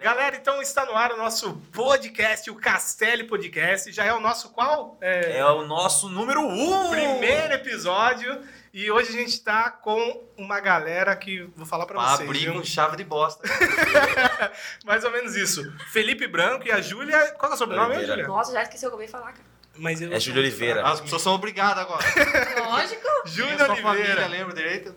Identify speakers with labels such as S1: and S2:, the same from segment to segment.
S1: Galera, então está no ar o nosso podcast, o Castelli Podcast. Já é o nosso qual? É,
S2: É o nosso número um!
S1: primeiro episódio. E hoje a gente está com uma galera que vou falar pra
S2: Pra
S1: vocês.
S2: abrir
S1: viu?
S2: com chave de bosta.
S1: Mais ou menos isso. Felipe Branco e a Júlia. Qual que é o sobrenome,
S2: Oliveira.
S1: Júlia?
S3: Nossa, já esqueceu o que eu ia falar, cara.
S1: Mas eu-
S2: É Júlia Oliveira.
S4: As pessoas são obrigadas agora.
S3: Lógico.
S1: Júlia
S4: Sua família,
S1: Oliveira.
S4: lembra direito?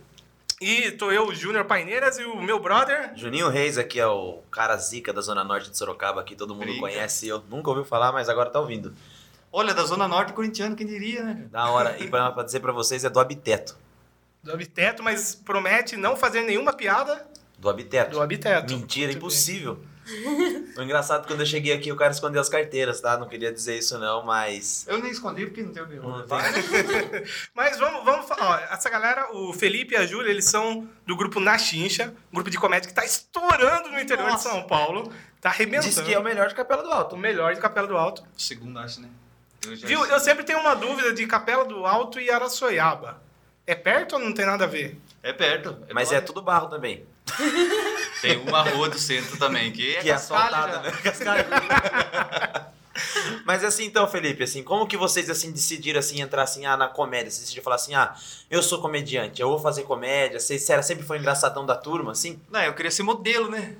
S1: E tô eu, o Júnior Paineiras, e o meu brother.
S2: Juninho Reis aqui é o cara zica da Zona Norte de Sorocaba, que todo mundo
S4: Brinca.
S2: conhece. Eu nunca ouviu falar, mas agora tá ouvindo.
S4: Olha, da Zona Norte corintiano, quem diria, né?
S2: Da hora. E pra, pra dizer pra vocês, é do Habiteto.
S1: Do Abiteto, mas promete não fazer nenhuma piada
S2: Do Habiteto.
S1: do Abiteto.
S2: Mentira, é
S1: Muito
S2: impossível. O engraçado é que quando eu cheguei aqui, o cara escondeu as carteiras, tá? Não queria dizer isso não, mas...
S4: Eu nem escondi porque não tá. tem o que
S2: Não
S4: roubar.
S2: tem-
S1: Mas vamos, vamos falar. Ó, essa galera, o Felipe e a Júlia, eles são do grupo Na Chincha, um grupo de comédia que tá estourando no interior
S3: Nossa.
S1: de São Paulo. Tá arrebentando.
S2: Diz que é o melhor de Capela do
S1: o
S2: Alto.
S1: melhor de Capela do Alto.
S4: Segundo, acho, né? Eu já-
S1: Viu? Eu sempre tenho uma dúvida de Capela do Alto e Araçoiaba. É perto ou não tem nada a ver?
S4: É perto.
S2: Mas
S4: do
S2: é
S4: lado.
S2: tudo barro também.
S4: Tem uma rua do centro também, que é,
S2: Que é
S4: cascalho
S2: asfaltada,
S4: já.
S2: né? Mas assim, então, Felipe, assim, como que vocês assim decidiram assim entrar assim ah, na comédia? Vocês decidiram falar assim, ah, eu sou comediante, eu vou fazer comédia. Vocês sério, sempre foi engraçadão da turma, assim?
S4: Não, eu queria ser modelo, né?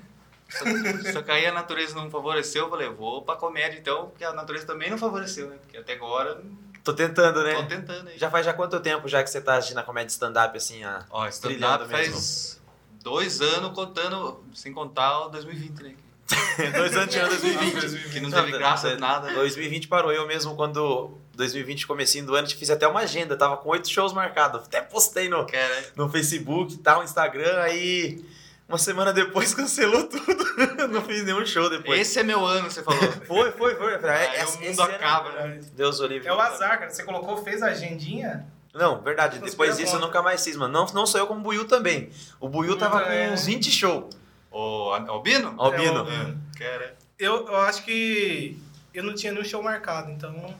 S4: Só, só que aí a natureza não favoreceu, eu falei, vou pra comédia então, porque a natureza também não favoreceu, né? Porque até agora,
S2: Tô tentando, né?
S4: tô tentando aí.
S2: Já faz já quanto tempo já que você tá assistindo a comédia stand-up assim? Ah,
S4: Ó,
S2: Trilhado
S4: stand-up faz dois anos contando, sem contar o 2020, né?
S2: dois anos de
S4: Ah,
S2: ano, 2020.
S4: Que não teve graça de nada.
S2: 2020 parou. Eu mesmo, quando 2020, comecinho do ano, fiz até uma agenda. Tava com oito shows marcados. Até postei no,
S4: Cara,
S2: no Facebook e tal, Instagram. Aí, uma semana depois, cancelou tudo. Não fiz nenhum show depois.
S4: Esse é meu ano, você falou.
S2: Foi, foi, foi. Eu falei, ah,
S4: Aí
S2: esse-
S4: o mundo
S2: esse ano-
S4: acaba, né?
S2: Deus o livre.
S1: É o azar, cara. Você colocou, fez a agendinha?
S2: Não, verdade.
S1: Não
S2: Depois
S1: se deu
S2: disso eu
S1: conta.
S2: nunca mais fiz, mano. Não, não sou eu como o Buiu também. O Buiu tava
S1: É.
S2: com uns 20 shows.
S4: O Al- Albino?
S2: Albino.
S1: É, Albino.
S4: Cara.
S1: Eu, eu acho que eu não tinha nenhum show marcado, então não,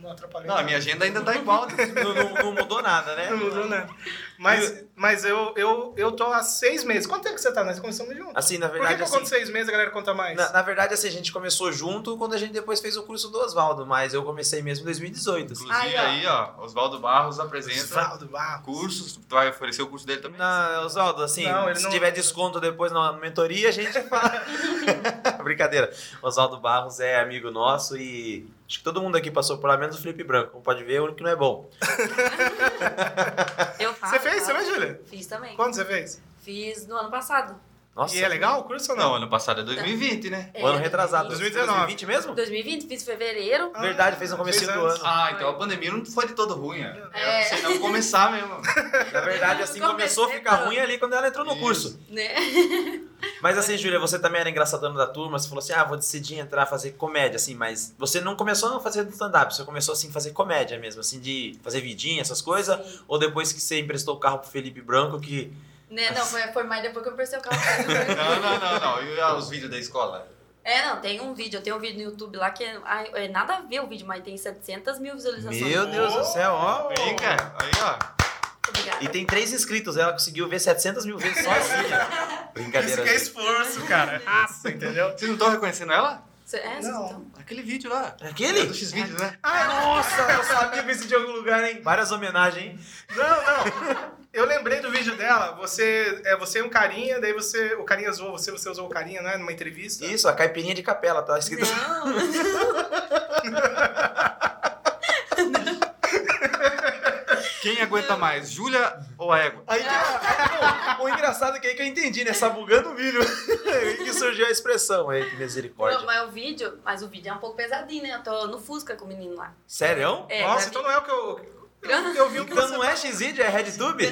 S1: não atrapalhei.
S4: Não, a minha agenda ainda tá igual. né?
S2: não, não- não mudou nada, né?
S1: Não mudou nada. Mas, mas eu, eu, eu tô há seis meses. Quanto tempo que você tá? Nós começamos juntos.
S2: Assim, na
S1: Por que,
S2: verdade,
S1: que eu
S2: assim,
S1: conto seis meses a galera conta mais?
S2: Na, na verdade, assim, a gente começou junto quando a gente depois fez o curso do Oswaldo, mas eu comecei mesmo em 2018. assim.
S4: Inclusive
S3: Aí,
S4: aí, ó, Oswaldo Barros apresenta
S1: Osvaldo Barros.
S4: cursos. Tu vai oferecer o curso dele também?
S2: Não, Oswaldo, assim,
S1: Não, ele
S2: se
S1: não-
S2: tiver desconto depois na mentoria, a gente fala. Brincadeira. Oswaldo Barros é amigo nosso e acho que todo mundo aqui passou por lá, menos o Felipe Branco. Como pode ver, o único que não é bom.
S3: Eu falo.
S1: Você fez? Você
S3: falo.
S1: fez, Júlia?
S3: Fiz também.
S1: Quando você fez?
S3: Fiz no ano passado.
S2: Nossa,
S1: E é legal o curso ou
S4: Não,
S1: não?
S4: ano passado é 2020, né?
S2: o ano
S3: É,
S2: retrasado.
S1: 2019.
S2: 2020 mesmo?
S3: 2020, fiz em fevereiro.
S1: Ah,
S2: Verdade, fez no comecinho
S1: fez
S2: do
S1: antes.
S2: ano.
S4: Ah, então a pandemia não foi de todo ruim, né?
S3: É.
S4: É. pra Você não começar mesmo.
S2: Na verdade, assim, começou a
S3: Comecei
S2: ficar
S3: pelo-
S2: ruim ali quando ela entrou no
S4: Isso.
S2: curso.
S3: Né?
S2: Mas assim, Júlia, você também era engraçadona da turma, você falou assim, ah, vou decidir entrar fazer comédia, assim, mas você não começou a fazer stand-up, você começou assim, fazer comédia mesmo, assim, de fazer vidinha, essas coisas,
S3: Sim.
S2: ou depois que você emprestou o carro pro Felipe Branco, que...
S3: Né, Não, foi, foi mais depois que eu percebi o carro.
S4: Não, não, não, não. E os vídeos da escola?
S3: É, não, tem um vídeo. Eu tenho um vídeo no YouTube lá que é, ai, é nada a ver o vídeo, mas tem 700 mil visualizações.
S2: Meu Deus do céu, ó!
S4: Brinca. Aí, ó.
S3: Obrigada.
S2: E tem três inscritos, ela conseguiu ver 700 mil vezes sozinha.
S1: Isso
S2: Brincadeira.
S1: que é
S2: gente.
S1: esforço, cara. Raça, entendeu?
S4: Vocês não estão reconhecendo ela?
S3: Cê- É, vocês
S1: Não.
S3: estão-
S4: Aquele vídeo lá. É do
S2: Aquele?
S4: X-Vídeos, né?
S1: Ah,
S2: Nossa, eu sabia que esse de algum lugar, hein? Várias homenagens, hein?
S1: Não, não. Eu lembrei do vídeo dela. Você é você e um carinha, daí você. O carinha zoou você, você usou o carinha, né? Numa entrevista.
S2: Isso, a caipirinha de capela, tá escrito.
S3: Não.
S4: Quem aguenta mais, Júlia ou a égua?
S2: Aí que, Não, o engraçado é que aí que eu entendi, né? Sabugando o milho. aí que surgiu a expressão aí, que
S3: Não,
S2: misericórdia.
S3: mas o vídeo, mas o vídeo é um pouco pesadinho, né? Eu tô no Fusca com o menino lá.
S2: Sério?
S3: É,
S1: Nossa,
S3: pra
S1: então
S3: mim-
S1: não é o que eu. Eu, eu vi o que
S2: Então
S1: você.
S2: não é X-Video, é RedTube?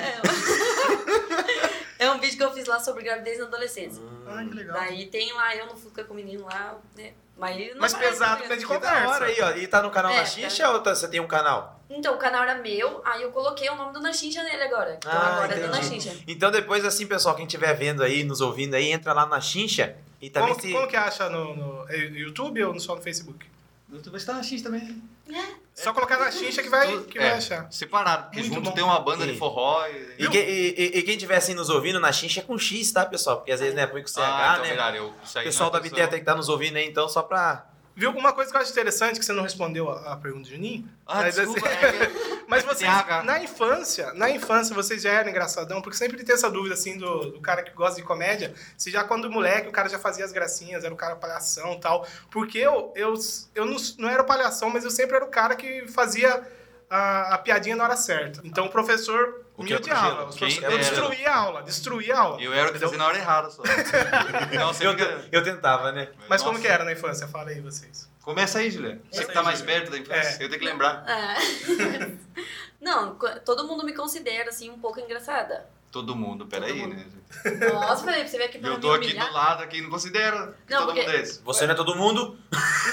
S3: É um vídeo que eu fiz lá sobre gravidez na adolescência.
S2: Ah,
S1: Ai, que legal.
S3: Daí tem lá, eu no Fusca com o menino lá, né? Mas ele não
S1: Mas
S3: aparece
S1: pesado,
S3: no
S1: né, de
S3: vídeo.
S2: Que da hora aí, ó. E tá no canal
S3: É,
S2: da Xixa ou tá- você tem um canal?
S3: Então, o canal era meu, aí eu coloquei o nome do Nanchincha nele agora. Então
S2: Ah,
S3: agora é do
S2: entendi.
S3: Nanchincha.
S2: Então depois, assim, pessoal, quem estiver vendo aí, nos ouvindo aí, entra lá na Xincha e também
S1: Como,
S2: se...
S1: como que acha no, no é YouTube ou só no Facebook?
S4: No YouTube está na X também.
S2: É
S1: Só colocar na chincha que vai, que vai
S4: É.
S1: achar.
S4: Separado, porque
S1: Muito
S4: junto
S1: bom.
S4: tem uma banda de
S2: E-
S4: forró e.
S2: E, que- e- e- e quem estiver assim nos ouvindo na xincha é com X, tá, pessoal? Porque às vezes né, põe com CH,
S4: Ah, então,
S2: né?
S4: verdade, eu
S2: o
S4: saí
S2: pessoal
S4: na
S2: da Biteca tem que estar nos ouvindo aí, então, só pra.
S1: Viu? Uma coisa que eu acho interessante, que você não respondeu a, a pergunta do Juninho.
S4: Ah,
S1: mas
S4: desculpa,
S1: assim-
S4: é que-
S1: Mas
S4: É que tem
S1: vocês,
S4: H.
S1: na infância, na infância, vocês já eram engraçadão, porque sempre tem essa dúvida, assim, do, do cara que gosta de comédia, se já quando moleque o cara já fazia as gracinhas, era o cara palhação e tal. Porque eu, eu, eu não, não era o palhação, mas eu sempre era o cara que fazia a, a piadinha na hora certa. Então o professor
S2: O
S1: me
S2: que é
S1: odiava.
S2: pro
S1: Os
S4: Quem
S1: professores- Eu
S4: dera.
S1: destruía a aula, destruía a aula.
S4: Eu era o que fazia na hora errada só. Não, Então, você
S2: Eu,
S4: fica-
S2: eu tentava, né?
S1: Mas como
S4: Nossa.
S1: que era na infância? Fala aí vocês.
S4: Começa aí, Juliana. Você
S1: Eu-
S4: que tá mais perto da infância, eu tenho que lembrar.
S3: É. Não, co- todo mundo me considera, assim, um pouco engraçada.
S4: Todo mundo, peraí,
S3: Todo mundo.
S4: né?
S3: Nossa, Felipe, você veio aqui pra
S4: Eu
S3: me
S4: tô aqui
S3: humilhar.
S4: do lado, aqui não considera que
S3: Não,
S4: todo
S3: porque-
S4: mundo é esse.
S2: Você não é todo mundo?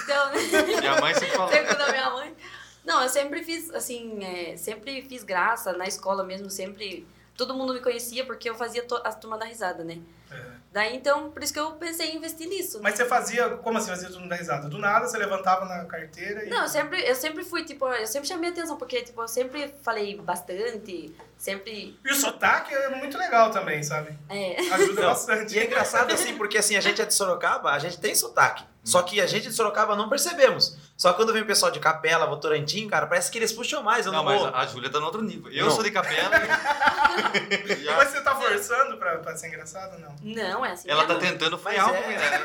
S3: Então,
S4: Minha mãe sempre fala.
S3: Segundo a minha mãe. Não, eu sempre fiz, assim, é, sempre fiz graça na escola mesmo, sempre. Todo mundo me conhecia porque eu fazia to- a turma da risada, né? Daí então, por isso que eu pensei em investir nisso.
S1: Mas você fazia, como assim, fazia todo mundo dar risada? Do nada, você levantava na carteira e...
S3: Não, eu sempre, eu sempre fui, tipo, eu sempre chamei atenção, porque, tipo, eu sempre falei bastante, sempre.
S1: E o sotaque é muito legal também, sabe?
S3: É,
S1: Ajuda
S2: Não.
S1: bastante.
S2: E é engraçado assim, porque assim, a gente é de Sorocaba, a gente tem sotaque. Só que a gente de Sorocaba não percebemos. Só que quando vem o pessoal de Capela, Votorantim, cara, parece que eles puxam mais. Eu
S4: Não,
S2: não,
S4: mas
S2: vou.
S4: a a Júlia tá no outro nível. Eu
S2: Não.
S4: sou de capela. e a-
S1: Mas você tá forçando pra, pra ser engraçado ou não?
S3: não, é assim.
S4: Ela tá
S3: mesmo.
S4: tentando frear um
S2: é.
S4: pouquinho, né?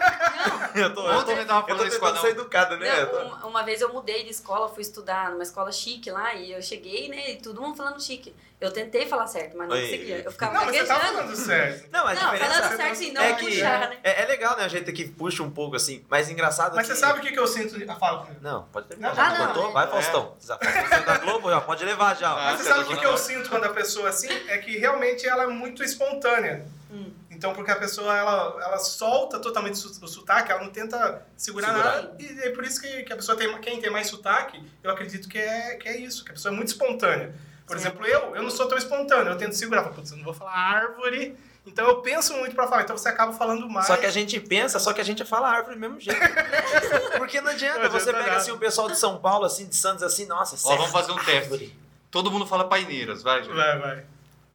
S2: Eu tô, eu tô,
S4: Ontem eu tava
S2: eu tô
S4: falando isso com
S2: tentando ser educado, né? Eu tô-
S3: Não, uma, uma vez eu mudei de escola, fui estudar numa escola chique lá, e eu cheguei, né, e todo mundo falando chique. Eu tentei falar certo, mas não
S2: Oi.
S3: conseguia. Eu ficava
S1: Não, mas você tá
S3: gaguejando.
S1: falando né? certo.
S2: Não, a
S3: Não,
S2: diferença
S3: falando certo sim, não
S2: é que
S3: puxar, né?
S2: é, é legal, né? O jeito que puxa um pouco assim, mas engraçado
S1: Mas
S2: que...
S1: você sabe o que, que eu sinto... Ah, fala comigo.
S2: Não, pode terminar.
S1: Não,
S2: já
S3: não,
S2: botou?
S3: é.
S2: Vai, Faustão. Já Faustão da Globo, já pode levar já. ó.
S4: Ah,
S1: Mas você
S4: você
S1: sabe
S4: tá
S1: o que,
S4: falando
S1: que eu
S2: um-
S4: agora.
S1: sinto quando a pessoa é assim? É que realmente ela é muito espontânea.
S3: Hum.
S1: Então, porque a pessoa, ela, ela solta totalmente o su- o sotaque, ela não tenta segurar,
S2: Segurar.
S1: nada. E é por isso que, que a pessoa tem... Quem tem mais sotaque, eu acredito que é, que é isso. Que a pessoa é muito espontânea. Por
S3: Sim.
S1: exemplo, eu, eu não sou tão espontâneo. Eu tento segurar. Falo, Putz, eu não vou falar árvore. Então, eu penso muito pra falar. Então, você acaba falando mais.
S2: Só que é a gente pensa, só que a gente fala árvore do mesmo jeito. Porque não adianta,
S1: Não adianta
S2: você pega
S1: nada.
S2: assim o pessoal de São Paulo, assim, de Santos, assim, nossa,
S4: Ó, vamos fazer um teste.
S2: árvore.
S4: Todo mundo fala paineiras, vai, Júlia.
S1: Vai, vai.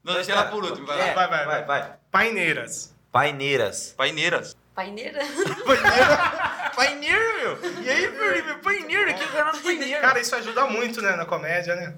S4: Não, deixa ela por último, vai. lá.
S2: É,
S1: Vai, vai,
S2: vai, vai.
S1: Paineiras.
S2: Paineiras.
S4: Paineiras.
S3: Paineira?
S2: Hum. Paineiro, meu! E aí, Felipe? Paineiro, que cara paineiro.
S1: Cara, isso ajuda muito, né, na comédia, né?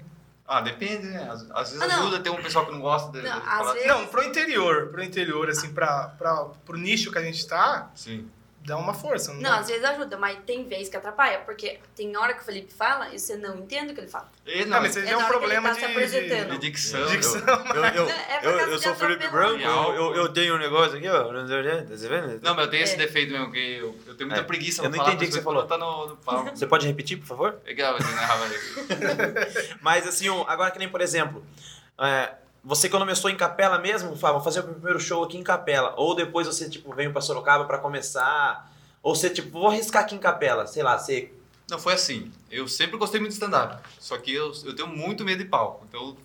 S4: Ah, depende, né? Às, às vezes
S3: Ah, não.
S4: ajuda, tem um pessoal que não gosta de,
S3: Não,
S4: de
S3: às
S4: falar. assim.
S3: vezes-
S1: Não, pro interior, pro interior, assim, pra, pra, pro nicho que a gente tá,
S4: Sim.
S1: dá uma força, não,
S3: Não,
S1: dá?
S3: às vezes ajuda, mas tem vez que atrapalha, porque tem hora que o Felipe fala e você não entende o que ele fala.
S4: E,
S1: Ah, mas
S4: de
S1: você
S3: É
S1: já é um
S3: na hora que ele
S1: problema
S3: tá se
S1: de,
S3: apresentando.
S1: de,
S4: dicção.
S1: dicção.
S2: Eu,
S4: eu-
S2: eu,
S3: É por
S2: eu,
S3: causa
S2: eu
S3: de
S2: sou Felipe
S3: atropelar.
S2: Branco, eu, eu, eu tenho um negócio aqui, ó. Não sei o que, tá se vendo?
S4: Não, mas eu tenho esse
S3: É.
S4: defeito mesmo, que eu, eu tenho muita
S2: É.
S4: preguiça
S2: Eu
S4: pra
S2: não
S4: falar,
S2: entendi o que
S4: mas
S2: você
S4: Tá no, no pau. É
S2: Você pode repetir, por favor?
S4: Legal, mas eu não errava isso.
S2: Mas assim, um- agora que nem, por exemplo, é, você quando começou em capela mesmo, fala, vou fazer o meu primeiro show aqui em capela. Ou depois você, tipo, veio pra Sorocaba pra começar. Ou você, tipo, vou arriscar aqui em capela, sei lá, você.
S4: Não, foi assim. Eu sempre gostei muito de stand-up. Só que eu, eu tenho muito medo de palco. Então,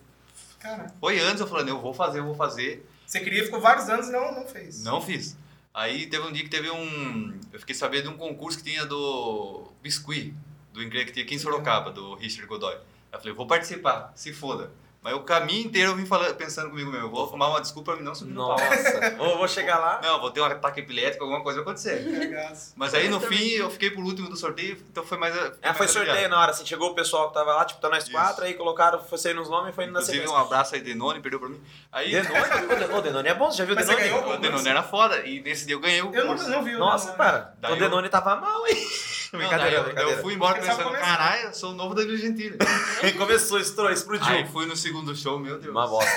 S1: Cara,
S4: foi antes eu falando, eu vou fazer, eu vou fazer.
S1: você queria, ficou vários anos e não, não fez.
S4: Não fiz. Aí teve um dia que teve um. Eu fiquei sabendo de um concurso que tinha do Biscuit, do inglês que tinha aqui em Sorocaba, do Richard Godoy. Aí eu falei, vou participar, se foda. Mas o caminho inteiro eu vim falando, pensando comigo mesmo, eu vou arrumar uma desculpa pra mim não subir no palco.
S2: Nossa, ou vou chegar lá.
S4: Não, vou ter um ataque epilético, alguma coisa vai acontecer.
S1: Cagaço.
S4: Mas aí no
S3: Eu também.
S4: fim eu fiquei por último do sorteio, então foi mais.
S2: Ah, foi
S4: mais
S2: sorteio
S4: aliviado.
S2: na hora, assim, chegou o pessoal que tava lá, tipo, tá nós
S4: Isso.
S2: quatro, aí colocaram, foi saindo os nomes e foi indo na
S4: Inclusive,
S2: sequência.
S4: um abraço aí, Denone, perdeu pra mim. Aí,
S2: Denone? Ô, Denone é bom, você já viu o
S1: Mas você
S2: Denone?
S1: ganhou? né?
S4: o Denone era foda, e nesse dia eu ganhei o
S1: Eu não,
S4: concurso.
S1: não vi o
S2: Nossa,
S1: Danone.
S2: cara,
S4: Daí
S2: o
S4: eu-
S2: Denone tava mal, hein?
S4: Não,
S2: brincadeira,
S4: daí eu- eu,
S2: brincadeira.
S4: fui embora
S1: Porque tava
S4: pensando,
S1: começando.
S4: caralho, eu sou o novo Danilo Gentili.
S2: Começou, estourou, explodiu.
S4: Aí fui no segundo show, meu Deus.
S2: Uma bosta.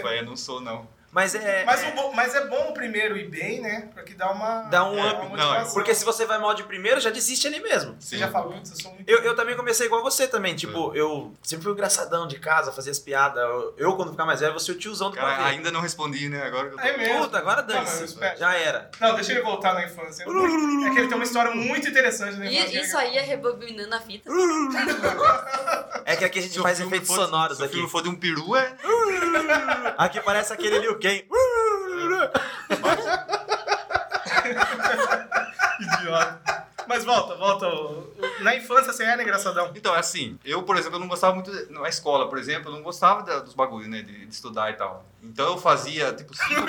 S4: Falei, eu não sou, não.
S2: Mas é.
S1: Mas, o bom- mas é bom o primeiro ir bem, né? Porque dá uma. é,
S2: Dá um
S1: uma
S2: up.
S4: Não,
S1: motivação.
S2: Porque se você vai mal de primeiro, já desiste ali mesmo.
S1: Você já falou, putz, eu sou muito.
S2: Eu, eu também comecei igual você também,
S1: Hum.
S2: tipo, eu sempre fui o engraçadão de casa, fazia as piadas. Eu, eu, quando ficar mais velho, vou ser o tiozão do
S4: Cara,
S2: pavê.
S4: ainda não respondi, né? Agora que eu tô...
S1: É mesmo?
S2: Puta, agora
S1: Não, mas eu
S2: dane-se.
S1: espero.
S2: Já era.
S1: Não, deixa ele voltar na infância. É que ele tem uma história muito interessante na infância.
S3: E isso aí é rebobinando a fita.
S2: É que aqui a gente
S4: Se o
S2: faz
S4: filme
S2: efeitos
S4: for-
S2: sonoros
S4: Se o
S2: aqui.
S4: filme for de um peru, é...
S2: Aqui parece aquele Liu Kang.
S1: Idiota. Mas volta, volta. Na infância você era engraçadão.
S4: Então, é assim, eu, por exemplo, eu não gostava muito, de- na escola, por exemplo, eu não gostava da- dos bagulhos, né, de, de estudar e tal. Então eu fazia, tipo, cinco...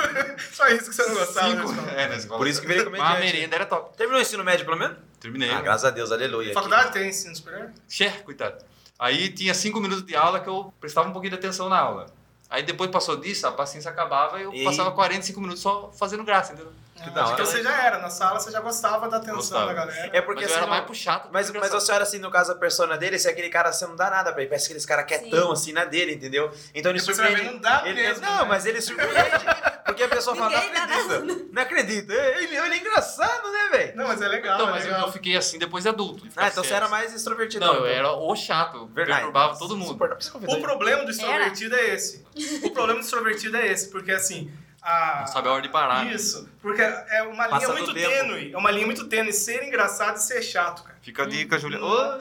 S1: Só isso que você não gostava. né,
S4: cinco...
S1: Gustavo?
S4: É, na escola.
S2: Por isso que virei
S4: Mas a
S2: comediante.
S4: merenda era top.
S2: Terminou o ensino médio, pelo menos?
S4: Terminei.
S2: Ah, graças a Deus, aleluia.
S1: Faculdade tem ensino superior?
S4: Xé, coitado. Aí tinha cinco minutos de aula que eu prestava um pouquinho de atenção na aula. Aí depois passou disso, a paciência acabava e eu
S2: E-
S4: passava 45 minutos só fazendo graça, entendeu?
S1: Ah,
S2: da hora.
S1: então você já era, na sala você já gostava da atenção
S4: Gostava.
S1: da galera.
S2: É porque
S4: mas
S2: assim,
S4: eu era
S2: não-
S4: mais puxado.
S2: Mas, mas a senhora, assim, no caso, a persona dele, se é aquele cara assim, não dá nada pra ele. Parece aqueles cara quietão, assim, na dele, entendeu? Então ele
S1: Depois você vai ver,
S2: surpreende.
S1: não dá
S2: Ele-
S1: mesmo.
S2: não,
S1: né?
S2: mas ele surpreende. Porque a pessoa fala, não
S3: Ninguém dá
S2: acredita. Não acredita. Ele, ele é engraçado, né, velho?
S1: Não, mas é legal.
S4: Então,
S1: é
S4: mas eu,
S1: legal.
S4: eu fiquei assim depois de adulto. de
S2: Ah,
S4: ficar
S2: então você
S4: sério.
S2: era mais extrovertido.
S4: Não, eu era o chato. eu
S2: Verdade.
S4: Perturbava todo mundo.
S2: Suporta- precisa convidar
S1: O
S2: ele.
S1: problema do extrovertido é esse. O problema do extrovertido é esse, porque assim. A...
S4: Não sabe a hora de parar. né?
S1: Isso, porque é uma linha
S2: Passa do
S1: muito
S2: tempo.
S1: tênue. É uma linha muito tênue. Ser engraçado e ser chato, cara.
S4: Fica a dica, Juliana.
S2: Hum.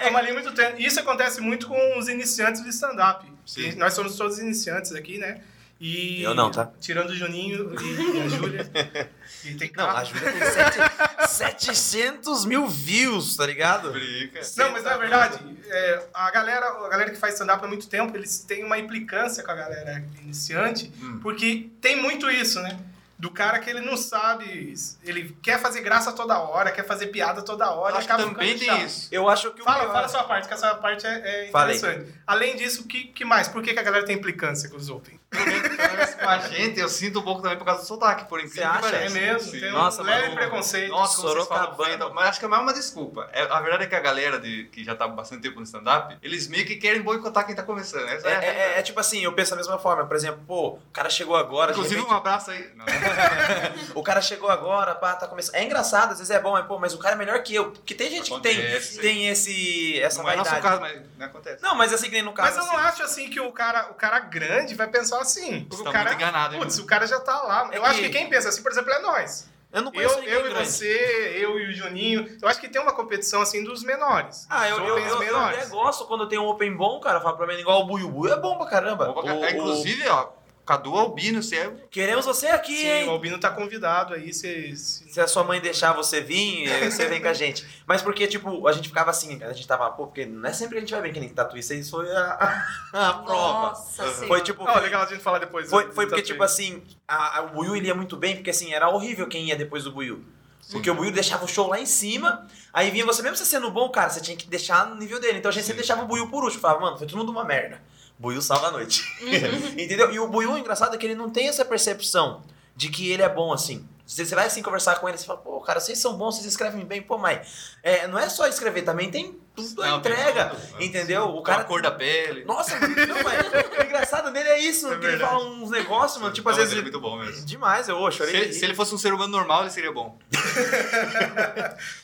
S1: É uma linha muito tênue. Isso acontece muito com os iniciantes de stand-up.
S4: Sim.
S1: E Nós somos todos iniciantes aqui, né? E
S2: Eu não, tá?
S1: Tirando o Juninho e a Júlia. e tem
S2: Não,
S1: Caco.
S2: a Júlia tem sete- 700 mil views, tá ligado?
S4: Brinca.
S1: Não, mas na verdade, é, a, galera, a galera que faz stand-up há muito tempo, eles têm uma implicância com a galera iniciante,
S4: Hum.
S1: porque tem muito isso, né? Do cara que ele não sabe, ele quer fazer graça toda hora, quer fazer piada toda hora,
S4: Acho
S1: e
S4: que
S1: acaba
S4: também
S1: ficando
S4: tem
S1: chato.
S4: isso.
S2: Eu acho que o
S1: Fala,
S2: pior-
S1: fala a sua parte, que essa parte é, é
S2: Falei.
S1: interessante. Além disso, o que, que mais? Por que, que a galera tem implicância com os outros?
S4: Com a gente, eu sinto um pouco também por causa do sotaque, por incrível
S2: Você
S4: que
S2: acha?
S1: É
S4: pareça.
S1: mesmo,
S4: Sim.
S1: tem um
S2: Nossa,
S1: leve
S2: maluco.
S1: preconceito.
S4: Nossa, como vocês falam
S2: Sorocabana.
S4: feio, mas acho que é mais uma desculpa. É, a verdade é que a galera de, que já tá há bastante tempo no stand-up, eles meio que querem boicotar quem tá começando. Essa
S2: É,
S4: é a realidade.
S2: é- é tipo assim, eu penso da mesma forma. Por exemplo, pô, o cara chegou agora. de
S4: Inclusive, um
S2: repente-
S4: abraço aí. Não,
S2: O cara chegou agora, pá, tá começando. É engraçado, às vezes é bom, mas, pô, mas o cara é melhor que eu. Porque tem gente que tem,
S4: Acontece.
S2: tem esse, essa
S4: não é nosso
S2: vaidade.
S4: caso, mas não acontece.
S2: Não, mas assim que nem no
S1: Mas
S2: caso.
S1: eu não acho assim que o cara, o cara grande vai pensar assim. Porque
S4: Você tá
S1: o cara,
S4: muito enganado, hein,
S1: Putz,
S4: mano?
S1: o cara já tá lá.
S2: É
S1: eu acho
S2: que-
S1: que quem pensa assim, por exemplo, é nós.
S2: eu não conheço
S1: Eu,
S2: ninguém
S1: eu e
S2: grande.
S1: você, eu e o Juninho. Eu acho que tem uma competição assim dos menores.
S2: Ah, eu,
S1: Dos
S2: eu, eu,
S1: homens
S2: eu até
S1: menores.
S2: gosto quando tem um open bom, cara. Fala pra mim, igual o Buiu Buiu é bom pra caramba.
S4: Opa,
S2: O-
S4: cara, inclusive, ó, Cadu Albino, você é.
S2: o- Queremos você aqui,
S1: Sim, o
S2: hein?
S1: Albino tá convidado aí, vocês.
S2: Se a sua mãe deixar você vir, eh, você vem com a gente. Mas porque, tipo, a gente ficava assim, a gente tava, pô, porque não é sempre que a gente vai ver que nem tatuí, isso aí foi a, a, a prova.
S3: Nossa
S4: Foi
S3: senhora.
S2: Foi tipo.
S1: Ó, é legal a gente falar depois. tá
S2: Foi,
S1: do-
S2: foi
S1: do
S2: porque,
S1: Tatuí.
S2: tipo assim, a- a- o Buiu ele ia muito bem, porque assim, era horrível quem ia depois do Buiu. Porque o Buiu deixava o show lá em cima, aí vinha você, mesmo você sendo bom, cara, você tinha que deixar no nível dele. Então a gente sempre
S4: Sim.
S2: deixava o Buiu por último, falava, mano, foi todo mundo uma merda. Buiu salva a noite. Entendeu? E o Buiu, o engraçado é que ele não tem essa percepção de que ele é bom assim. Você você vai assim conversar com ele, você fala, pô, cara, vocês são bons, vocês escrevem bem, pô, mas é, não é só escrever, também tem tudo a
S4: Não, tem
S2: entrega.
S4: tudo.
S2: entendeu? O
S4: Tem
S2: cara
S4: a cor da pele.
S2: Nossa, mano, não, mas o engraçado dele é isso,
S1: É
S2: que ele
S1: verdade.
S2: fala uns negócios, mano. Tipo,
S4: Não,
S2: às
S4: mas
S2: vezes.
S4: ele é muito bom mesmo.
S2: Demais, eu ô,
S4: Se
S2: chorei.
S4: ele, se ele fosse um ser humano normal, ele seria bom.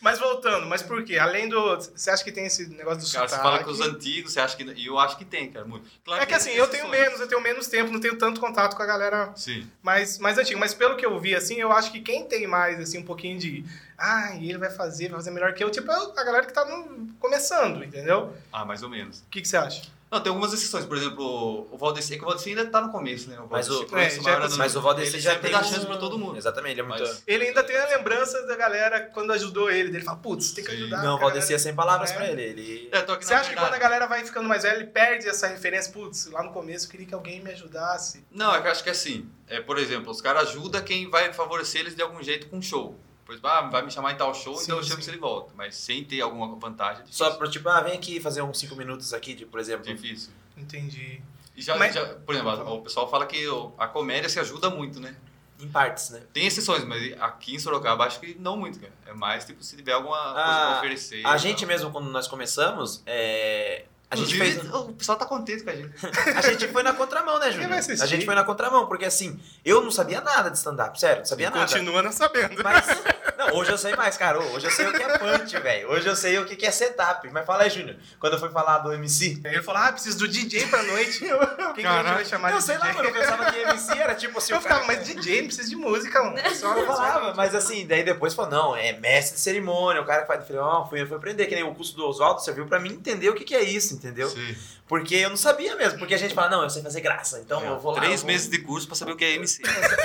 S1: Mas voltando, mas por quê? Além do. Você acha que tem esse negócio do
S4: Cara,
S1: sotaque?
S4: você fala com os antigos, você acha que. E eu acho que tem, cara. Muito. Claro
S1: É que
S4: tem
S1: assim, eu tenho
S4: exceções.
S1: menos, eu tenho menos tempo, não tenho tanto contato com a galera
S4: Sim.
S1: mais, mais antiga. Mas pelo que eu vi, assim, eu acho que quem tem mais, assim, um pouquinho de. Ah, ele vai fazer, vai fazer melhor que eu. Tipo, é a galera que tá no- começando, entendeu?
S4: Ah, mais ou menos.
S1: O que, que você acha?
S4: Não, tem algumas exceções. Por exemplo, o Valdeci, é que o Valdeci ainda tá no começo, né? O
S2: Mas o-
S4: Valdeci conhece
S1: é,
S4: uma
S1: já é
S4: hora
S1: possível.
S4: no-
S2: Mas o Valdeci
S4: ele
S2: já
S4: sempre
S2: tem
S4: dá
S2: um-
S4: chance pra todo mundo.
S2: Exatamente, ele é muito.
S4: Mas-
S1: Ele ainda tem a lembrança da galera quando ajudou ele. Ele fala, putz, tem que
S4: Sim.
S1: ajudar.
S2: Não, o
S1: cara."
S2: Valdeci é sem palavras
S1: É.
S2: pra ele. ele...
S4: É, tô aqui
S1: Você
S4: na
S1: acha que
S4: verdade.
S1: quando a galera vai ficando mais velha, ele perde essa referência? Putz, lá no começo eu queria que alguém me ajudasse.
S4: Não, é que eu acho que é assim. É, por exemplo, os caras ajudam quem vai favorecer eles de algum jeito com o show. Por exemplo, ah, vai me chamar em tal show,
S1: Sim,
S4: então eu
S1: sim.
S4: chamo se ele volta. Mas sem ter alguma vantagem, é difícil. É
S2: Só pra, tipo, ah, vem aqui fazer uns 5 minutos aqui, de, por exemplo.
S4: Difícil.
S1: Entendi.
S4: E já,
S1: Mas-
S4: já- por exemplo, a- o pessoal fala que o- a comédia se ajuda muito, né?
S2: Em partes, né?
S4: Tem exceções, mas aqui em Sorocaba acho que não muito, cara. É mais tipo se tiver alguma coisa
S2: Ah,
S4: pra oferecer.
S2: A
S4: tá?
S2: gente mesmo, quando nós começamos, é. A gente,
S4: Inclusive,
S2: fez,
S4: O pessoal tá contente com a gente.
S2: a gente foi na contramão, né, Júlio?
S1: vai
S2: A
S1: assistir?
S2: gente foi na contramão, porque assim, eu não sabia nada de stand-up, sério, não sabia nada.
S1: não sabendo.
S2: Mas, não, hoje eu sei mais, cara. Hoje eu sei o que é punch, velho. Hoje eu sei o que que é setup. Mas fala aí, Júnior, quando eu fui falar do MC.
S1: Ele falou, ah, preciso do DJ pra noite. Quem que a gente vai chamar
S2: Eu
S1: de
S2: sei
S1: DJ?
S2: lá, mano. Eu pensava que MC era tipo assim.
S1: eu
S2: o cara-
S1: ficava, mas DJ não precisa de música, mano. Só
S2: Eu falava, mas assim, daí depois falou, não, é mestre de cerimônia, o cara que faz. Eu falei, ó, fui, fui aprender, que nem o curso do Oswaldo serviu pra mim entender o que, que é isso, entendeu?
S4: Sim.
S2: Porque eu não sabia mesmo, porque a gente fala, não, eu sei fazer graça, então eu vou lá. eu
S4: Três
S2: vou-
S4: meses de curso pra saber o que é MC.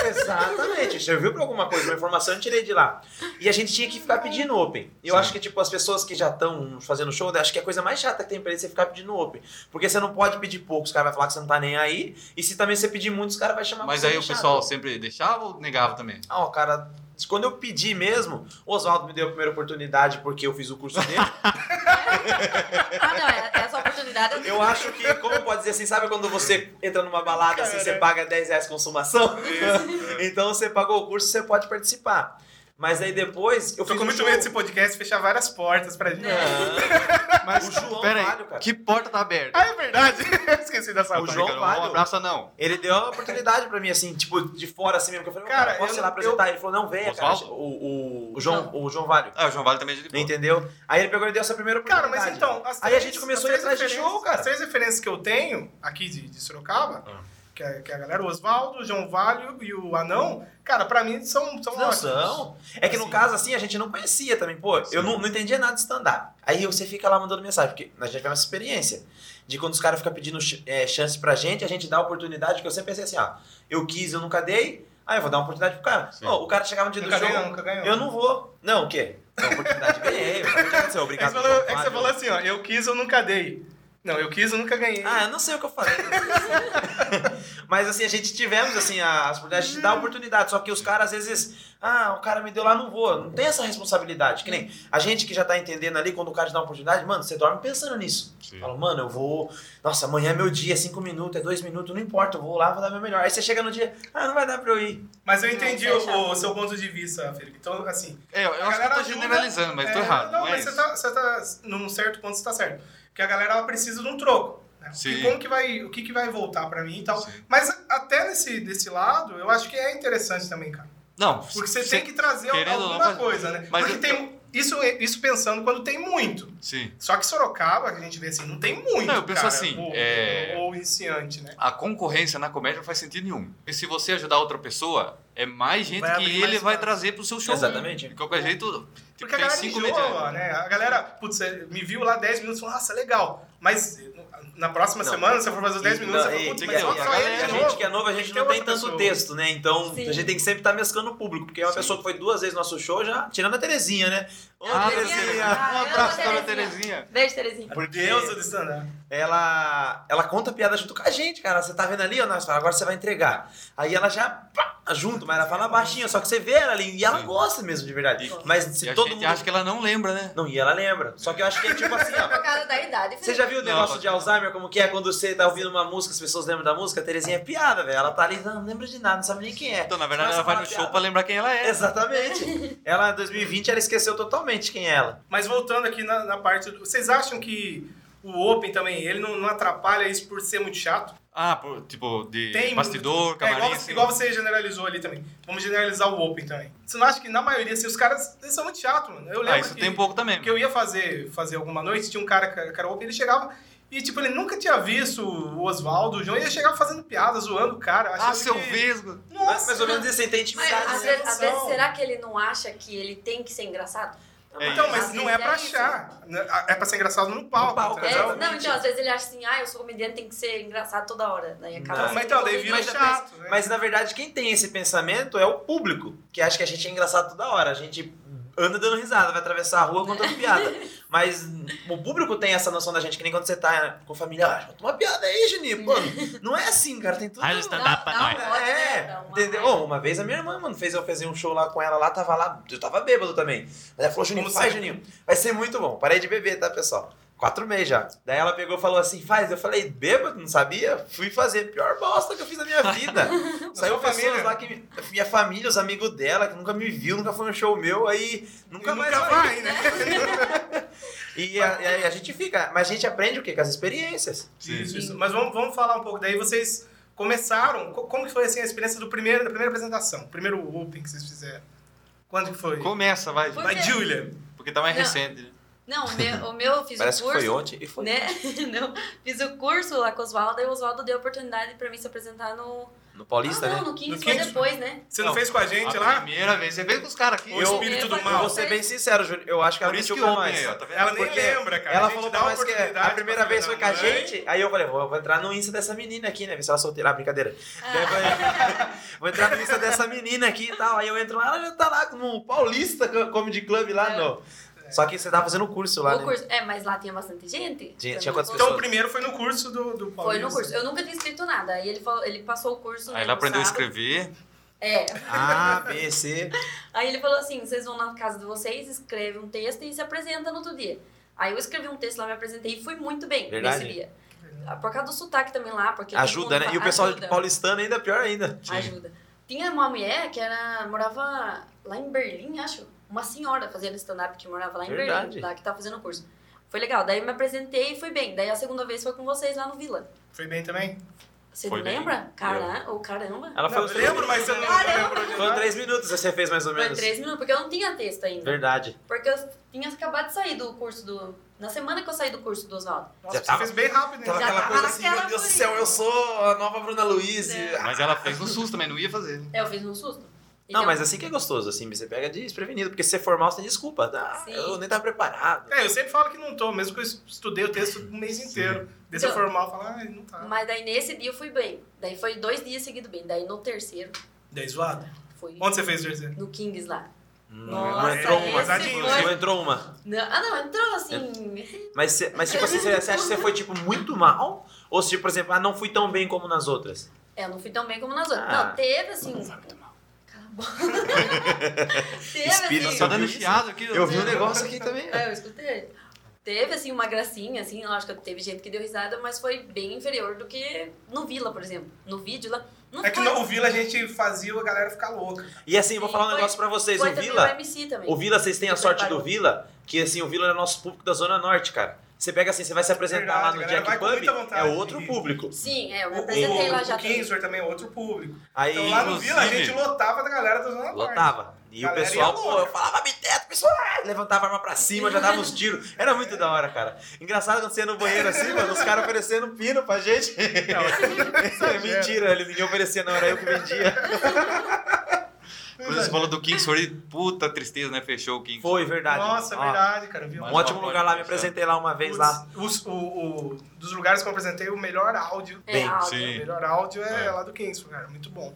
S2: Exatamente, serviu pra alguma coisa, uma informação eu tirei de lá. E a gente tinha que ficar pedindo open. Eu
S4: Sim.
S2: acho que, tipo, as pessoas que já estão fazendo show, eu acho que a coisa mais chata que tem pra eles é ficar pedindo open. Porque você não pode pedir pouco, os caras vão falar que você não tá nem aí. E se também você pedir muito, os caras vão chamar
S4: Mas
S2: você
S4: aí
S2: de
S4: o
S2: chato.
S4: pessoal sempre deixava ou negava também?
S2: Ah, ó, cara, quando eu pedi mesmo, o Oswaldo me deu a primeira oportunidade porque eu fiz o curso dele.
S3: Ah, não, é- essa oportunidade eu
S2: Eu acho que, como pode dizer assim, sabe quando você entra numa balada assim, você paga 10 reais consumação? então você pagou o curso, você pode participar. Mas aí depois eu
S1: Tô
S2: fiz
S1: com
S2: um
S1: muito
S2: show.
S1: medo desse podcast fechar várias portas pra gente.
S2: Não, Mas o João
S5: Pera aí,
S2: Valho, cara.
S5: Que porta tá aberta?
S1: Ah, é verdade. Esqueci dessa
S2: O
S1: parte.
S2: João
S4: cara,
S5: Não
S2: Valho,
S5: abraça, não.
S2: ele deu uma oportunidade pra mim, assim, tipo, de fora assim mesmo. Que eu falei,
S1: Cara,
S2: cara, posso
S1: eu-
S2: ir lá apresentar? Ele falou, não, venha, cara.
S4: Oswaldo?
S2: O, o, o João, o João Valho.
S4: Ah, o João Vale também é de boa.
S2: Entendeu? Aí ele pegou e deu essa primeira
S1: Cara,
S2: oportunidade.
S1: mas então. as
S2: É Aí a
S1: três-
S2: gente começou a
S1: as
S2: ir atrás de
S1: três
S2: show,
S1: referências-
S2: cara.
S1: As três referências que eu tenho aqui de, de Sorocaba,
S4: Ah.
S1: que, é, que é a galera, o Oswaldo, o João Valho e o Anão, cara, pra mim são, são
S2: Não
S1: ótimos.
S2: são. É que no
S1: Então, Assim.
S2: caso, assim, a gente não conhecia também. Pô, eu não, não entendia nada de stand-up. Aí você fica lá mandando mensagem, porque nós já tivemos essa experiência. De quando os caras ficam pedindo ch- é, chance pra gente, a gente dá a oportunidade, que eu sempre pensei assim, ó, eu quis, eu nunca dei, aí eu vou dar uma oportunidade pro cara.
S4: Sim.
S2: Ó, o cara chegava no dia
S1: Nunca
S2: do show,
S1: ganhou, nunca ganhou.
S2: eu não vou. Não, o quê? Dá uma oportunidade, ganhei. O que aconteceu?
S1: É que, você
S2: Obrigado.
S1: falou, é que você
S2: Fábio.
S1: falou assim, ó, eu quis, eu nunca dei. Não, eu quis, eu nunca ganhei.
S2: Ah, eu não sei o que eu falei. Mas assim, a gente tivemos assim, a- as oportunidades de dar oportunidade. Só que os caras, às vezes, ah, o cara me deu lá, não vou. Não tem essa responsabilidade. Que nem a gente que já tá entendendo ali, quando o cara te dá uma oportunidade, mano, você dorme pensando nisso.
S4: Sim.
S2: Fala, mano, eu vou. Nossa, amanhã é meu dia, é cinco minutos, é dois minutos, não importa, eu vou lá, vou dar meu melhor. Aí você chega no dia, ah, não vai dar pra eu ir.
S1: Mas eu
S3: Não,
S1: entendi
S3: isso é
S1: o, o
S3: chato.
S1: seu ponto de vista, Felipe. Então, assim,
S4: É, eu
S1: A
S4: acho que eu
S1: galera
S4: tô
S1: ajuda-
S4: generalizando, mas tô
S1: É,
S4: errado.
S1: Não,
S4: é
S1: mas você
S4: isso.
S1: tá, você tá- num certo ponto você tá certo. Porque a galera ela precisa de um troco. né?
S4: Sim.
S1: E como que vai, o que, que vai voltar pra mim e tal.
S4: Sim.
S1: Mas até nesse, desse lado, eu acho que é interessante também, cara.
S4: Não,
S1: Porque você tem que trazer
S4: querendo ou não,
S1: alguma
S4: mas-
S1: coisa, né?
S4: mas
S1: Porque
S4: eu-
S1: tem. Isso, isso pensando quando tem muito.
S4: Sim.
S1: Só que Sorocaba, que a gente vê assim, não tem muito.
S4: Não, eu penso
S1: cara,
S4: assim,
S1: Ou,
S4: é-
S1: ou iniciante, né?
S4: A concorrência na comédia não faz sentido nenhum. E se você ajudar outra pessoa, é mais gente
S1: Vai
S4: que
S1: abrir
S4: ele
S1: mais
S4: vai
S1: espaço.
S4: trazer pro seu show.
S2: Exatamente.
S4: De qualquer jeito, tipo,
S1: Porque a
S4: tem
S1: galera
S4: cinco comediantes.
S1: enjoa, né? A galera, putz, você me viu lá 10 minutos e falou, nossa, legal. Mas na próxima
S2: Não.
S1: semana, se eu for fazer os 10 minutos,
S2: Não,
S1: você fala,
S2: e-
S1: putz,
S2: e-
S1: mas
S2: e
S1: só
S2: a
S1: só
S2: galera-
S1: ele de
S2: a
S1: novo.
S2: gente que é novo, a
S1: Tem
S2: gente
S1: que
S2: não
S1: ter
S2: tem
S1: outra
S2: tanto
S1: pessoa.
S2: texto, né? Então
S3: Sim.
S2: a gente tem que sempre estar mesclando o público, porque é uma
S4: Sim.
S2: pessoa que foi duas vezes no nosso show já, tirando a Terezinha, né? Ô,
S4: Ah,
S3: Terezinha.
S2: Terezinha!
S3: Ah,
S4: Um
S3: eu
S4: abraço
S3: amo
S4: para a
S3: Terezinha.
S4: Terezinha.
S3: Beijo, Terezinha.
S1: Por
S2: Porque-
S1: Deus do né? stand-up.
S2: ela, ela conta piada junto com a gente, cara. Você tá vendo ali, ó, nossa, agora você vai entregar. Aí ela já pá, junto, mas ela fala baixinho, só que você vê ela ali. E ela
S4: Sim.
S2: gosta mesmo, de verdade.
S4: E-
S2: mas
S4: E
S2: se
S4: a
S2: todo
S4: gente
S2: mundo.
S4: acha que ela não lembra, né?
S2: Não, e ela lembra. Só que eu acho que é tipo assim, ó.
S3: Por causa da idade,
S2: Você
S3: Felipe.
S2: já viu o
S4: Não,
S2: negócio
S4: pode
S2: de Alzheimer, como que é quando você tá ouvindo uma música, as pessoas lembram da música? A Terezinha é piada, velho. Ela tá ali, não, não lembra de nada, não sabe nem quem é.
S4: Então, na verdade,
S2: Começa
S4: ela vai
S2: a
S4: no
S2: falar
S4: show
S2: piada.
S4: pra lembrar quem ela é.
S2: Exatamente. Ela, em 2020, ela esqueceu totalmente quem é ela.
S1: Mas voltando aqui na, na parte. do- Vocês acham que o Open também, ele não, não atrapalha isso por ser muito chato?
S4: Ah, pô, tipo, de
S1: Tem
S4: bastidor,
S1: É
S4: camarim.
S1: igual,
S4: assim.
S1: você- igual você generalizou ali também. Vamos generalizar o Open também. Você não acha que na maioria, assim, os caras eles são muito chato, mano? Eu lembro
S4: Ah, isso
S1: que,
S4: tem um pouco também.
S1: que eu ia fazer, fazer alguma noite, tinha um cara que que era Open, ele chegava. E, tipo, ele nunca tinha visto o Oswaldo, o João, e ele chegava fazendo piada, zoando o cara.
S4: Ah,
S1: achando
S4: seu
S1: que...
S4: vesgo.
S1: Nossa,
S2: Mais ou menos isso, né? aí tem
S3: Mas,
S2: intimidade.
S3: às,
S1: sem
S3: vezes, às
S1: noção.
S3: vezes, será que ele não acha que ele tem que ser engraçado?
S4: É
S1: Então,
S4: isso.
S1: mas
S3: Às
S1: não
S3: vezes
S1: é pra
S3: isso.
S1: achar. É pra ser engraçado no palco.
S2: No palco,
S3: É,
S1: entendeu?
S2: Geralmente.
S3: não, então, às vezes ele acha assim, ah, eu sou comediante, tem que ser engraçado toda hora. Daí acaba
S2: Não.
S3: sendo
S1: Mas então, daí vira
S3: comediante.
S2: Mas-
S1: chato. né?
S2: Mas na verdade, quem tem esse pensamento é o público, que acha que a gente é engraçado toda hora. A gente anda dando risada, vai atravessar a rua contando piada. Mas o público tem essa noção da gente, que nem quando você tá com a família, ah, conta uma piada aí, Juninho. Pô, não é assim, cara, tem tudo.
S5: Aí o stand-up pra
S3: Não,
S5: nós.
S3: não. Pode,
S2: É,
S3: né? Dá uma
S2: entendeu?
S3: raiva.
S2: Ô, uma vez a minha irmã, mano, fez eu fazer um show lá com ela lá, tava lá, eu tava bêbado também. Mas ela falou, Juninho,
S1: Como
S2: faz,
S1: sempre.
S2: Juninho, vai ser muito bom. Parei de beber, tá, pessoal? Quatro meses já. Daí ela pegou e falou assim, faz. Eu falei, bêbado, não sabia? Fui fazer. Pior bosta que eu fiz na minha vida. Saiu
S1: sua família?
S2: pessoas lá que... me- Minha família, os amigos dela, que nunca me viu, nunca foi um show meu, aí nunca
S1: E
S2: mais
S1: nunca
S2: vai.
S1: vai, né?
S2: E a, e a- a gente fica... Mas a gente aprende o quê? Com as experiências.
S4: Sim.
S1: Isso, isso. Mas vamos, vamos falar um pouco. Daí vocês começaram. co- Como que foi assim, a experiência do primeiro, da primeira apresentação? Primeiro Open que vocês fizeram? Quando que foi?
S4: Começa, vai.
S3: Foi-
S1: Vai, Julia.
S4: Porque tá mais
S3: Não.
S4: recente. né?
S3: Não, o meu, o meu eu fiz
S2: Parece
S3: o
S2: que
S3: curso.
S2: foi ontem e foi.
S3: né? Não, fiz o curso lá com o Oswaldo e o Oswaldo deu a oportunidade pra mim se apresentar no,
S2: No Paulista,
S3: ah, não,
S2: né?
S3: no 15
S1: No
S3: foi
S1: 15?
S3: depois, né?
S1: Você não, fez com a gente
S4: a
S1: lá?
S4: primeira vez. Você veio com os caras aqui.
S1: O
S2: Eu-
S1: espírito do
S3: Eu-
S2: Eu
S1: mal.
S2: vou ser bem sincero, Júnior. Eu acho que ela
S4: Por isso
S2: mentiu
S4: que
S2: pra
S4: o homem
S2: nós.
S4: aí, ó, tá vendo?
S1: Ela nem
S2: Porque
S1: lembra, cara.
S2: Ela
S1: A gente
S2: falou
S1: dá
S2: pra nós que a
S1: oportunidade
S2: primeira
S1: pra
S2: vez foi
S1: filha
S2: com a
S1: da mãe.
S2: gente, aí eu falei, vou, vou entrar no Insta dessa menina aqui, né? Ver se ela solteira, Ah, brincadeira. Daí eu falei, vou entrar no Insta dessa menina aqui e tal. Aí eu entro lá, ela já tá lá como um paulista co- comedy club lá
S3: É.
S2: no. Só que você tá fazendo curso lá,
S3: O
S2: né?
S3: curso. É, mas lá tinha bastante gente.
S2: Tinha-
S3: Eu
S2: tinha
S3: não
S2: quantas
S3: vou-
S1: Então o
S2: pessoas?
S1: primeiro foi no curso do, do Paulo.
S3: Foi no curso. Eu nunca tinha escrito nada. Aí ele, falou, ele passou o curso. né,
S4: Aí ela
S3: no
S4: aprendeu a
S3: sábado.
S4: escrever.
S3: É.
S2: A, B, C.
S3: Aí ele falou assim: vocês vão na casa de vocês, escrevem um texto e se apresentam no outro dia. Aí eu escrevi um texto lá, me apresentei e fui muito bem
S2: Verdade.
S3: nesse dia. Por causa do sotaque também lá, porque. todo
S2: Ajuda,
S3: mundo
S2: né?
S3: fa-
S2: E o pessoal
S3: ajuda.
S2: de paulistano ainda pior ainda.
S3: Ajuda. Tinha uma mulher que era, morava lá em Berlim, acho. Uma senhora fazendo stand-up que morava lá em
S2: Verdade.
S3: Berlim, lá que tá fazendo o curso. Foi legal. Daí eu me apresentei e fui bem. Daí a segunda vez foi com vocês lá no Vila.
S1: Foi bem também?
S3: Você
S4: Foi
S3: não
S4: bem.
S3: lembra? Cara, ou caramba.
S2: Ela
S1: Não,
S2: foi
S1: eu
S2: uns três,
S1: lembro, mas eu não
S3: Caramba.
S1: lembro de
S2: foi
S1: nada.
S2: três minutos que você fez mais ou
S3: Foi
S2: menos.
S3: três minutos, porque eu não tinha texto ainda.
S2: Verdade.
S3: Porque eu tinha acabado de sair do curso do. Na semana que eu saí do curso do Oswaldo.
S1: Nossa,
S2: Já
S1: você
S2: tava-
S1: fez bem rápido, né?
S2: Tava
S3: Já
S2: aquela
S3: tava
S2: coisa assim,
S3: naquela
S2: meu Deus do
S3: fúria.
S2: céu, eu sou a nova Bruna Luiz. e-
S3: É.
S4: Mas ela fez no SUS também, não ia fazer.
S3: É, eu fiz um susto.
S2: Não,
S3: Então,
S2: mas assim que é gostoso, assim, você pega desprevenido, porque se você for mal, você tem desculpa, tá?
S3: Sim.
S2: Eu nem tava preparado.
S1: É, eu sempre falo que não tô, mesmo que eu estudei o texto o mês inteiro. Desse
S3: Então-
S1: formal, eu falo, ai, não tá.
S3: Mas daí nesse dia eu fui bem. Daí foi dois dias seguidos bem. Daí no terceiro
S1: Daí zoado.
S3: foi
S1: Onde você fez o terceiro?
S3: no Kings lá.
S2: Hum, não, não
S3: Nossa,
S2: entrou
S1: esse
S2: uma.
S1: foi-
S2: Não entrou uma.
S3: Não, ah, não, entrou assim.
S2: Mas, cê- mas tipo assim, você, você acha que você foi, tipo, muito mal? Ou se, tipo, por exemplo, ah, não fui tão bem como nas outras?
S3: É, eu não fui tão bem como nas outras.
S2: Ah.
S3: Não, teve assim. Cala a boca. teve
S2: Espírito
S3: assim.
S4: Tá
S2: Santo. vi
S4: dando
S2: isso?
S4: chiado aqui. né?
S2: Eu vi um negócio aqui também.
S3: É, eu escutei. Teve assim uma gracinha, assim, lógico que teve gente que deu risada, mas foi bem inferior do que no Vila, por exemplo. No vídeo lá. Não
S1: É que
S3: foi. assim.
S1: no o Vila a gente fazia a galera ficar louca.
S2: E assim, vou
S3: Sim,
S2: falar um
S3: foi-
S2: negócio pra vocês.
S3: Foi
S2: O
S3: também
S2: Vila,
S3: é o MC também.
S2: o Vila, vocês têm a
S3: Foi
S2: sorte do
S3: parou.
S2: Vila, que assim, o Vila é nosso público da Zona Norte, cara. Você pega assim, você vai se apresentar
S1: Verdade,
S2: lá no
S1: a galera
S2: Jack
S1: vai com muita
S2: Pub, é
S1: vontade. Então,
S2: outro público.
S3: Sim, é, eu me
S1: O,
S3: apresentei lá já
S1: o, o
S3: também.
S1: Kingsford também é outro público.
S2: Aí,
S1: Então lá no Vila a gente
S4: inclusive-
S1: lotava da galera da Zona Norte.
S2: Lotava. E o
S1: Galera
S2: pessoal,
S1: ia
S2: pô,
S1: louca.
S2: eu falava biteto, o pessoal ah, levantava a arma pra cima, já dava uns tiros. Era muito da hora, cara. Engraçado quando você ia no banheiro assim, mano, os caras oferecendo pino pra gente. É
S4: Então, é
S2: Mentira, eles ninguém oferecia, não, era eu que vendia.
S4: Quando você falou do Kingsford, puta tristeza, né? Fechou o
S2: Foi,
S4: Kingsford.
S2: verdade.
S1: Nossa, é
S2: Ó,
S1: verdade, cara. Viu?
S2: Um ótimo lugar lá, me apresentei lá uma vez lá.
S1: Os- o- o- dos lugares que eu apresentei, o melhor áudio.
S3: É,
S2: Bem,
S3: áudio.
S4: sim.
S1: O melhor áudio é,
S4: É.
S1: lá do Kingsford, cara. Muito bom.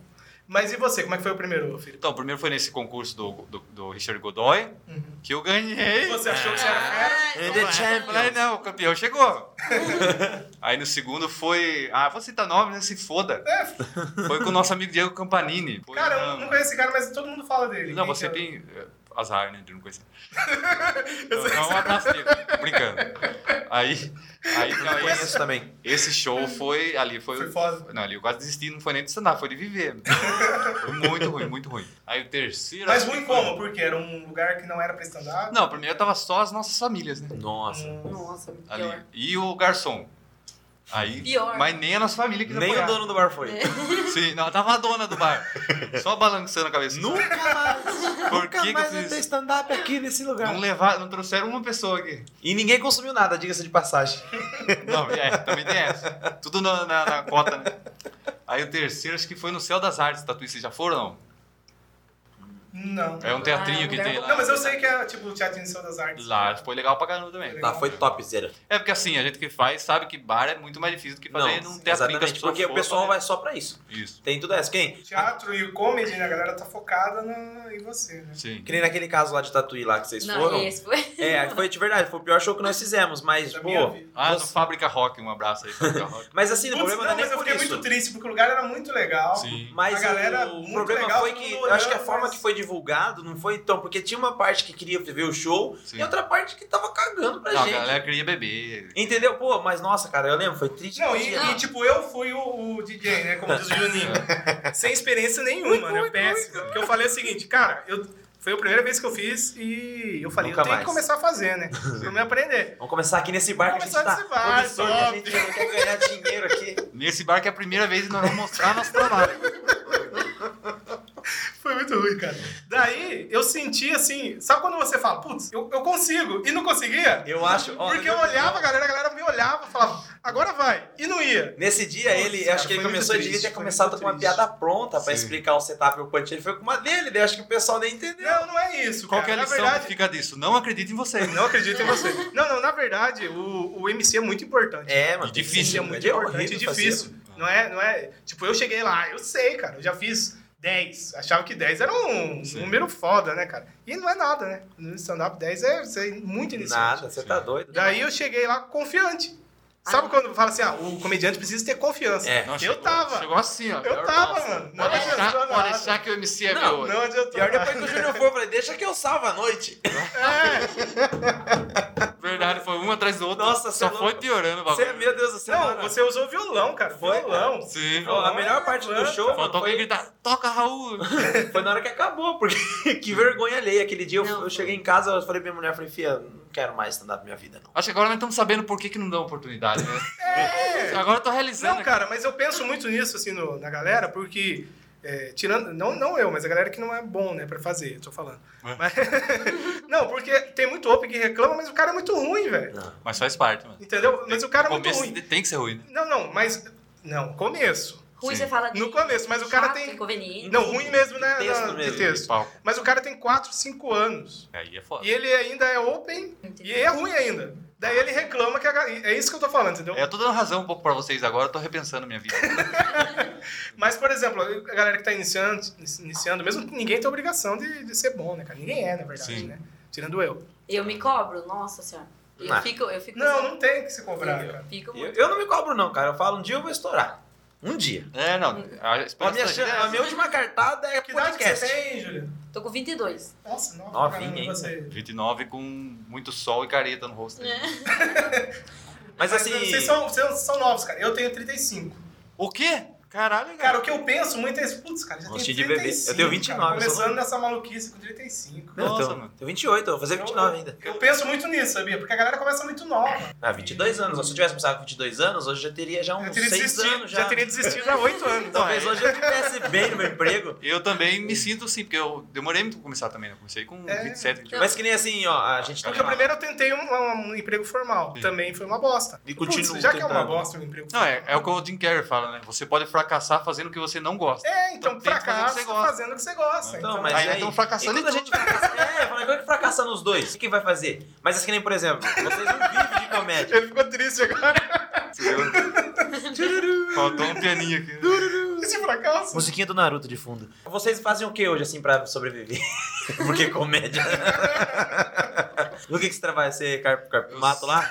S1: Mas e você? Como é que foi o primeiro, Felipe?
S4: Então, primeiro foi nesse concurso do, do, do Richard Godoy,
S2: Uhum.
S4: que eu ganhei.
S1: Você achou que você era
S4: É.
S1: fera?
S3: Ah,
S2: And
S3: então
S2: the
S3: vai.
S4: Eu falei,
S2: é champion.
S4: não, o campeão chegou. Aí no segundo foi. Ah, vou citar nome, né? Se foda.
S2: É.
S4: Foi com o nosso amigo Diego Campanini. Foi um
S1: Cara, eu
S4: na-
S1: não conheço esse cara, mas todo mundo fala dele.
S4: Não,
S1: Quem
S4: você é
S1: que é?
S4: bem. é, Azar, né? De não conhecer. Não, não, um abraço Diego. Brincando. Aí. aí não,
S2: Eu
S4: esse,
S2: conheço também.
S4: esse show foi. Ali foi.
S1: Foi foda.
S4: Não, ali eu quase desisti, não foi nem de stand-up, foi de viver. Foi muito ruim, muito ruim. Aí o terceiro.
S1: Mas ruim como? Porque era um lugar que não era pra stand-up.
S4: Não, primeiro tava só as nossas famílias, né?
S1: Hum.
S2: Nossa.
S3: Nossa,
S4: Ali.
S3: pior.
S4: E o garçom. Aí,
S3: Pior.
S4: Mas nem a nossa família que
S2: Nem o dono do bar
S4: É.
S2: foi.
S4: Sim, não, tava a dona do bar. Só balançando a cabeça.
S2: Nunca mais.
S4: Por
S2: Nunca
S4: que que eu
S2: mais
S4: fiz
S2: vai ter
S4: isso?
S2: stand-up aqui nesse lugar.
S4: Não levar, não trouxeram uma pessoa aqui.
S2: E ninguém consumiu nada, diga-se de passagem.
S4: Não, é, também tem essa. Tudo na, na- na cota, né? Aí o terceiro, acho que foi no Céu das Artes, Tatuí. Vocês já foram?
S1: Não.
S4: Não? É um teatrinho
S3: Ah,
S4: que
S3: lugar
S4: tem
S3: bom.
S4: lá.
S1: Não, mas eu sei que é tipo o Teatro de das Artes.
S4: Lá foi legal pra caramba também.
S2: Tá, foi topzera.
S4: É porque assim, a gente que faz sabe que bar é muito mais difícil do que fazer num teatrinho que as
S2: exatamente,
S4: pessoas
S2: porque o
S4: for
S2: pessoal
S4: pra
S2: vai só pra isso.
S4: ver. Isso.
S2: Tem tudo essa. Quem?
S1: Teatro e comedy, né? A galera tá focada na... em você, né?
S4: Sim.
S2: Que nem naquele caso lá de Tatuí lá que vocês
S3: Não,
S2: foram.
S3: esse foi.
S2: É, foi de verdade, foi o pior show que nós fizemos, mas,
S1: Da
S2: pô.
S1: é minha vida.
S4: Ah, no
S2: você-
S4: Fábrica Rock, um abraço aí, Fábrica Rock.
S2: Mas assim, o
S1: Putz,
S2: problema não,
S1: não,
S2: é
S1: mas
S2: nem
S1: eu
S2: por
S1: fiquei
S2: isso.
S1: muito triste, porque o lugar era muito legal.
S4: Sim.
S2: Mas
S1: A galera,
S2: o,
S1: muito
S2: problema
S1: legal,
S2: foi
S1: todo
S2: que.
S1: mundo
S2: Eu acho que a
S1: olhando,
S2: forma
S1: mas-
S2: que foi divulgado não foi tão. Porque tinha uma parte que queria ver o show
S4: Sim.
S2: e outra parte que tava cagando pra
S4: Não, a
S2: gente.
S4: galera queria beber.
S2: Entendeu? Pô, mas nossa, cara, eu lembro, foi triste.
S1: Não,
S2: pra
S1: e,
S2: gente.
S1: e, tipo, eu fui o, o DJ, né? Como diz o Juninho. Sem experiência nenhuma, né? Péssimo. Porque eu falei o seguinte, cara, eu, foi a primeira vez que eu fiz e eu falei,
S2: Nunca
S1: eu tenho
S2: mais.
S1: que começar a fazer, né? Pra me aprender.
S2: Vamos começar aqui nesse bar que a gente
S1: Vamos
S2: tá.
S1: começar nesse bar,
S2: absurdo, a
S1: top.
S2: gente não quer ganhar dinheiro aqui.
S4: Nesse bar que é a primeira vez que nós vamos mostrar nosso trabalho.
S1: Foi muito ruim, cara. Daí eu senti assim, sabe quando você fala, putz, eu, eu consigo, e não conseguia?
S2: Eu acho. ó,
S1: Porque eu olhava a galera, a galera me olhava e falava, agora vai, e não ia.
S2: Nesse dia,
S1: Nossa,
S2: ele,
S1: cara,
S2: acho que ele
S1: foi muito
S2: começou, ele devia
S1: triste,
S2: ter
S1: foi
S2: começado
S1: muito
S2: com uma
S1: triste.
S2: piada pronta pra
S4: Sim.
S2: explicar o setup e o punch. Ele foi com uma dele, daí acho que o pessoal nem entendeu.
S1: Não, não é isso.
S4: Qual que é
S1: cara.
S4: a
S1: Na
S4: lição
S1: verdade,
S4: que fica disso? Não acredite em você. né?
S1: Não acredito em você. Não, não, na verdade, o, o MC é muito importante.
S2: É, mano.
S4: E
S2: tem que
S4: difícil,
S2: ser
S1: é muito importante e
S2: horrível fazer,
S1: difícil.
S2: mano.
S1: Não é, não é. Tipo, eu cheguei lá, eu sei, cara, eu já fiz 10. Achava que 10 era um
S4: Sim.
S1: número foda, né, cara? E não é nada, né? No stand-up 10 é você é muito iniciante.
S2: Nada, você tá doido.
S1: Daí eu cheguei lá confiante. Sabe
S3: Ah.
S1: quando fala assim, ah, o comediante precisa ter confiança?
S2: É.
S4: Nossa,
S1: Eu
S4: chegou-
S1: tava.
S4: Chegou assim, ó.
S1: Eu tava, mano. Não
S4: Pode
S1: adiantou
S4: achar,
S1: nada.
S4: pode achar que o MC é
S2: Não,
S4: meu. hoje.
S1: Não adiantou.
S2: Pior depois
S1: nada.
S2: que é o Júnior foi, eu falei, deixa que eu salvo a noite.
S1: É.
S4: Verdade, foi um atrás do outro.
S2: Nossa,
S4: só
S2: você é
S4: foi
S2: louco.
S4: piorando o
S2: Você,
S4: bagulho.
S2: meu Deus do céu.
S1: Não,
S2: mano.
S1: você usou violão, cara.
S2: Foi,
S1: Violão.
S4: Sim.
S2: Ó, a melhor parte do
S1: Levanta.
S2: show mano,
S4: Faltou alguém
S2: foi,
S4: gritar, toca Raul.
S2: foi na hora que acabou, porque que vergonha alheia. Aquele dia eu,
S3: Não,
S2: eu
S3: foi.
S2: cheguei em casa, eu falei pra minha mulher, falei, fia, não quero mais stand-up na minha vida, não.
S4: Acho que agora nós estamos sabendo por que, que não dão oportunidade, né?
S1: É.
S4: Agora eu tô realizando.
S1: Não, cara, mas eu penso muito nisso, assim, no- na galera, porque. é, tirando. Não, não eu, mas a galera que não é bom, né, pra fazer, eu tô falando.
S4: É.
S1: Mas- não, porque tem muito open que reclama, mas o cara é muito ruim, velho.
S4: aqui. Mas faz parte, mano.
S1: Entendeu? Mas o cara é
S4: No
S1: muito
S4: começo
S1: ruim.
S4: tem que ser ruim, né?
S1: Não, não, mas. Não, começo.
S3: Ruim
S4: Sim.
S3: você fala de
S1: No começo, mas o cara
S3: chato,
S1: tem-
S3: inconveniente.
S1: Não, ruim mesmo, né?
S2: Texto
S1: na-
S2: mesmo.
S1: De texto.
S4: Palco.
S1: Mas o cara tem 4, 5 anos.
S4: Aí é foda.
S1: E ele ainda é open e é ruim ainda. Daí ele reclama que a ga- É isso que eu tô falando, entendeu?
S4: É, eu tô dando razão um pouco pra vocês agora, eu tô repensando minha vida.
S1: Mas, por exemplo, a galera que tá iniciando, iniciando mesmo ninguém tem obrigação de, de ser bom, né, cara? Ninguém é, na verdade,
S4: Sim.
S1: né? Tirando eu.
S3: Eu me cobro, nossa senhora. Eu
S2: Ah.
S3: fico, eu fico.
S1: Não, não tem que se cobrar,
S3: eu
S1: cara.
S3: fico
S2: Eu,
S3: muito.
S2: eu não me cobro, não, cara. Eu falo, um dia eu vou estourar. Um dia.
S4: É, não. A
S2: A
S4: esperança
S2: minha,
S4: da
S2: chan-
S4: gente é
S2: a minha última cartada é
S1: né? Que idade que
S2: podcast.
S1: você tem, Júlia?
S3: Tô com 22.
S1: Nossa, nova
S2: Novinha
S1: caramba,
S2: ainda.
S1: você.
S4: 29 com muito sol e careta no rosto.
S2: Mas assim.
S1: Vocês são, vocês são novos, cara. Eu tenho 35.
S4: O quê? Caralho,
S1: Cara, o que eu penso muito é isso. Putz, cara, já tenho
S2: Gostei
S1: 35,
S2: de beber. Eu tenho 29,
S1: Cara.
S2: eu sou
S1: Começando nessa maluquice com 35.
S2: Não, eu
S4: Nossa,
S2: tenho-
S4: mano.
S2: tenho 28, eu vou fazer
S1: Então,
S2: 29 ainda.
S1: Eu penso muito nisso, sabia? Porque a galera começa muito nova.
S2: Ah, 22 anos. Se eu tivesse começado com 22 anos, hoje eu já teria já
S1: Eu
S2: uns
S1: teria
S2: 6
S1: desistido,
S2: anos. Já,
S1: teria desistido há 8 anos.
S2: Talvez
S1: Não, é.
S2: hoje eu estivesse bem no meu emprego.
S4: Eu também me sinto assim, porque eu demorei muito pra começar também, né? Eu Comecei com
S1: É.
S4: 27, 28.
S2: Mas que nem assim, ó, a gente tá
S1: Porque primeiro eu tentei um, um emprego formal.
S4: Sim.
S1: Também foi uma bosta.
S2: E continuo
S1: Putz, já que é uma
S2: tentando.
S1: bosta um emprego
S4: Não, é, é o que o Jim Carrey fala, né? Você pode fracassar fazendo o que você não gosta.
S1: É, então
S4: Então tem que fazer o que
S1: fracassa
S4: você gosta.
S1: fazendo o que você gosta.
S4: Então,
S2: Então, mas
S4: Aí
S2: aí,
S4: nós estamos fracassando
S2: e quando a
S4: em
S2: gente fracassa, É, eu falei, como é que fracassa nos dois? O que que vai fazer? Mas assim que nem, por exemplo, vocês não vivem de comédia.
S1: Ele ficou triste agora.
S4: Entendeu? Faltou um pianinho aqui. né?
S1: Esse fracasso.
S2: Musiquinha do Naruto de fundo. Vocês fazem o que hoje, assim, pra sobreviver? Porque comédia. no que, que você trabalha? Você carp, carp, mato lá?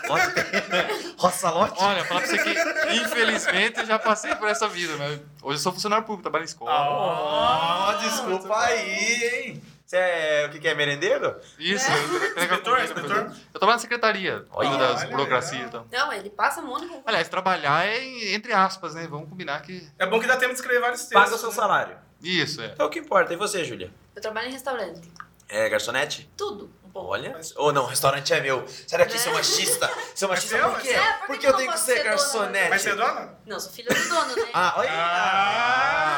S2: Roçalote?
S4: Olha, falar pra você que, infelizmente, eu já passei por essa vida, né? Hoje eu sou funcionário público, trabalho em escola.
S1: Ah, muito bom.
S2: hein? Você é o que, que é merendeiro?
S4: Isso. eu entrego a
S1: Inspetor,
S4: comida,
S1: inspetor?
S4: Eu trabalho na secretaria,
S2: É. Olha,
S4: cuido das
S1: olha,
S4: burocracias e
S1: legal.
S4: tal.
S3: Não, ele passa um muito com
S4: Aliás, trabalhar é em- entre aspas, né? Vamos combinar que.
S1: É bom que dá tempo de escrever vários textos.
S2: Paga o seu
S1: né?
S2: salário.
S4: Isso, é.
S2: É o que importa. E você, Júlia?
S3: Eu trabalho em restaurante.
S2: É garçonete?
S3: Tudo. Um pouco.
S2: Olha. Ou não, o restaurante é meu. Será que seu machista? Seu machista
S1: seu,
S2: por
S1: mas
S2: quê?
S1: seu.
S3: É, por que
S2: Porque
S3: que
S2: eu
S3: não
S2: tenho que
S3: posso
S2: ser
S3: ser dona?
S2: garçonete.
S1: Mas você é dona?
S3: Não, sou filha do dono, né?
S2: Ah, olha!
S1: Ah!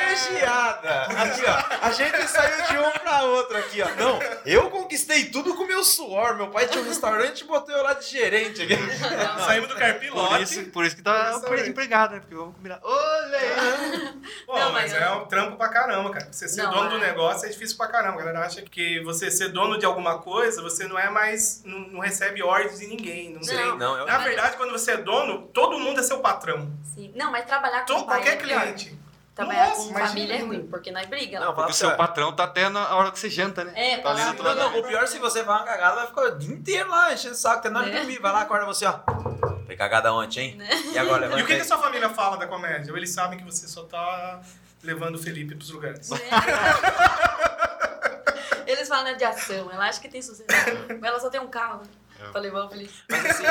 S2: Privilegiada! Aqui, ó. A gente saiu de um pra outro aqui, ó. Não, eu conquistei tudo com meu suor. Meu pai tinha um restaurante e botou eu lá de gerente aqui.
S3: Não,
S1: Ah. Saímos do
S4: Por
S1: carpilote.
S4: isso, por isso que tá
S1: Isso aí.
S4: empregado, né? Porque vamos combinar. Olê!
S1: Pô,
S3: Não,
S1: mas
S3: mas eu-
S1: é um trampo pra caramba, cara. Você ser
S3: Não,
S1: dono
S3: é.
S1: do negócio é difícil pra caramba. A galera acha que você ser dono de alguma coisa, você não é mais. Não, não recebe ordens de ninguém. Não, tem.
S2: Não, eu...
S1: Na verdade, quando você é dono, todo mundo é seu patrão.
S3: Sim. Não, mas trabalhar com
S1: Todo,
S3: pai é
S1: qualquer
S3: pior.
S1: cliente.
S3: Trabalhar
S1: Nossa,
S3: com
S1: imagina.
S3: família é ruim, porque nós brigamos.
S2: Não,
S4: Porque
S2: fala
S4: o seu
S2: pra-
S4: patrão tá até na hora que você janta, né?
S3: É,
S4: tá ali
S3: fala-
S4: do
S2: Não,
S4: lado.
S2: não, o pior é se você vai uma cagada, vai ficar o dia inteiro lá enchendo o saco, até na
S1: É.
S2: hora de
S3: Né?
S2: dormir. Vai lá, acorda você, ó. Foi cagada ontem, hein? E agora levanta
S1: Né? E o que,
S2: aí.
S1: que a sua família fala da comédia? Ou eles sabem que você só tá levando o Felipe pros lugares?
S3: Né? Eles falam né, de ação, ela acha que tem sucesso. Mas ela só tem um carro
S4: É.
S3: pra levar o Felipe.
S2: Mas assim,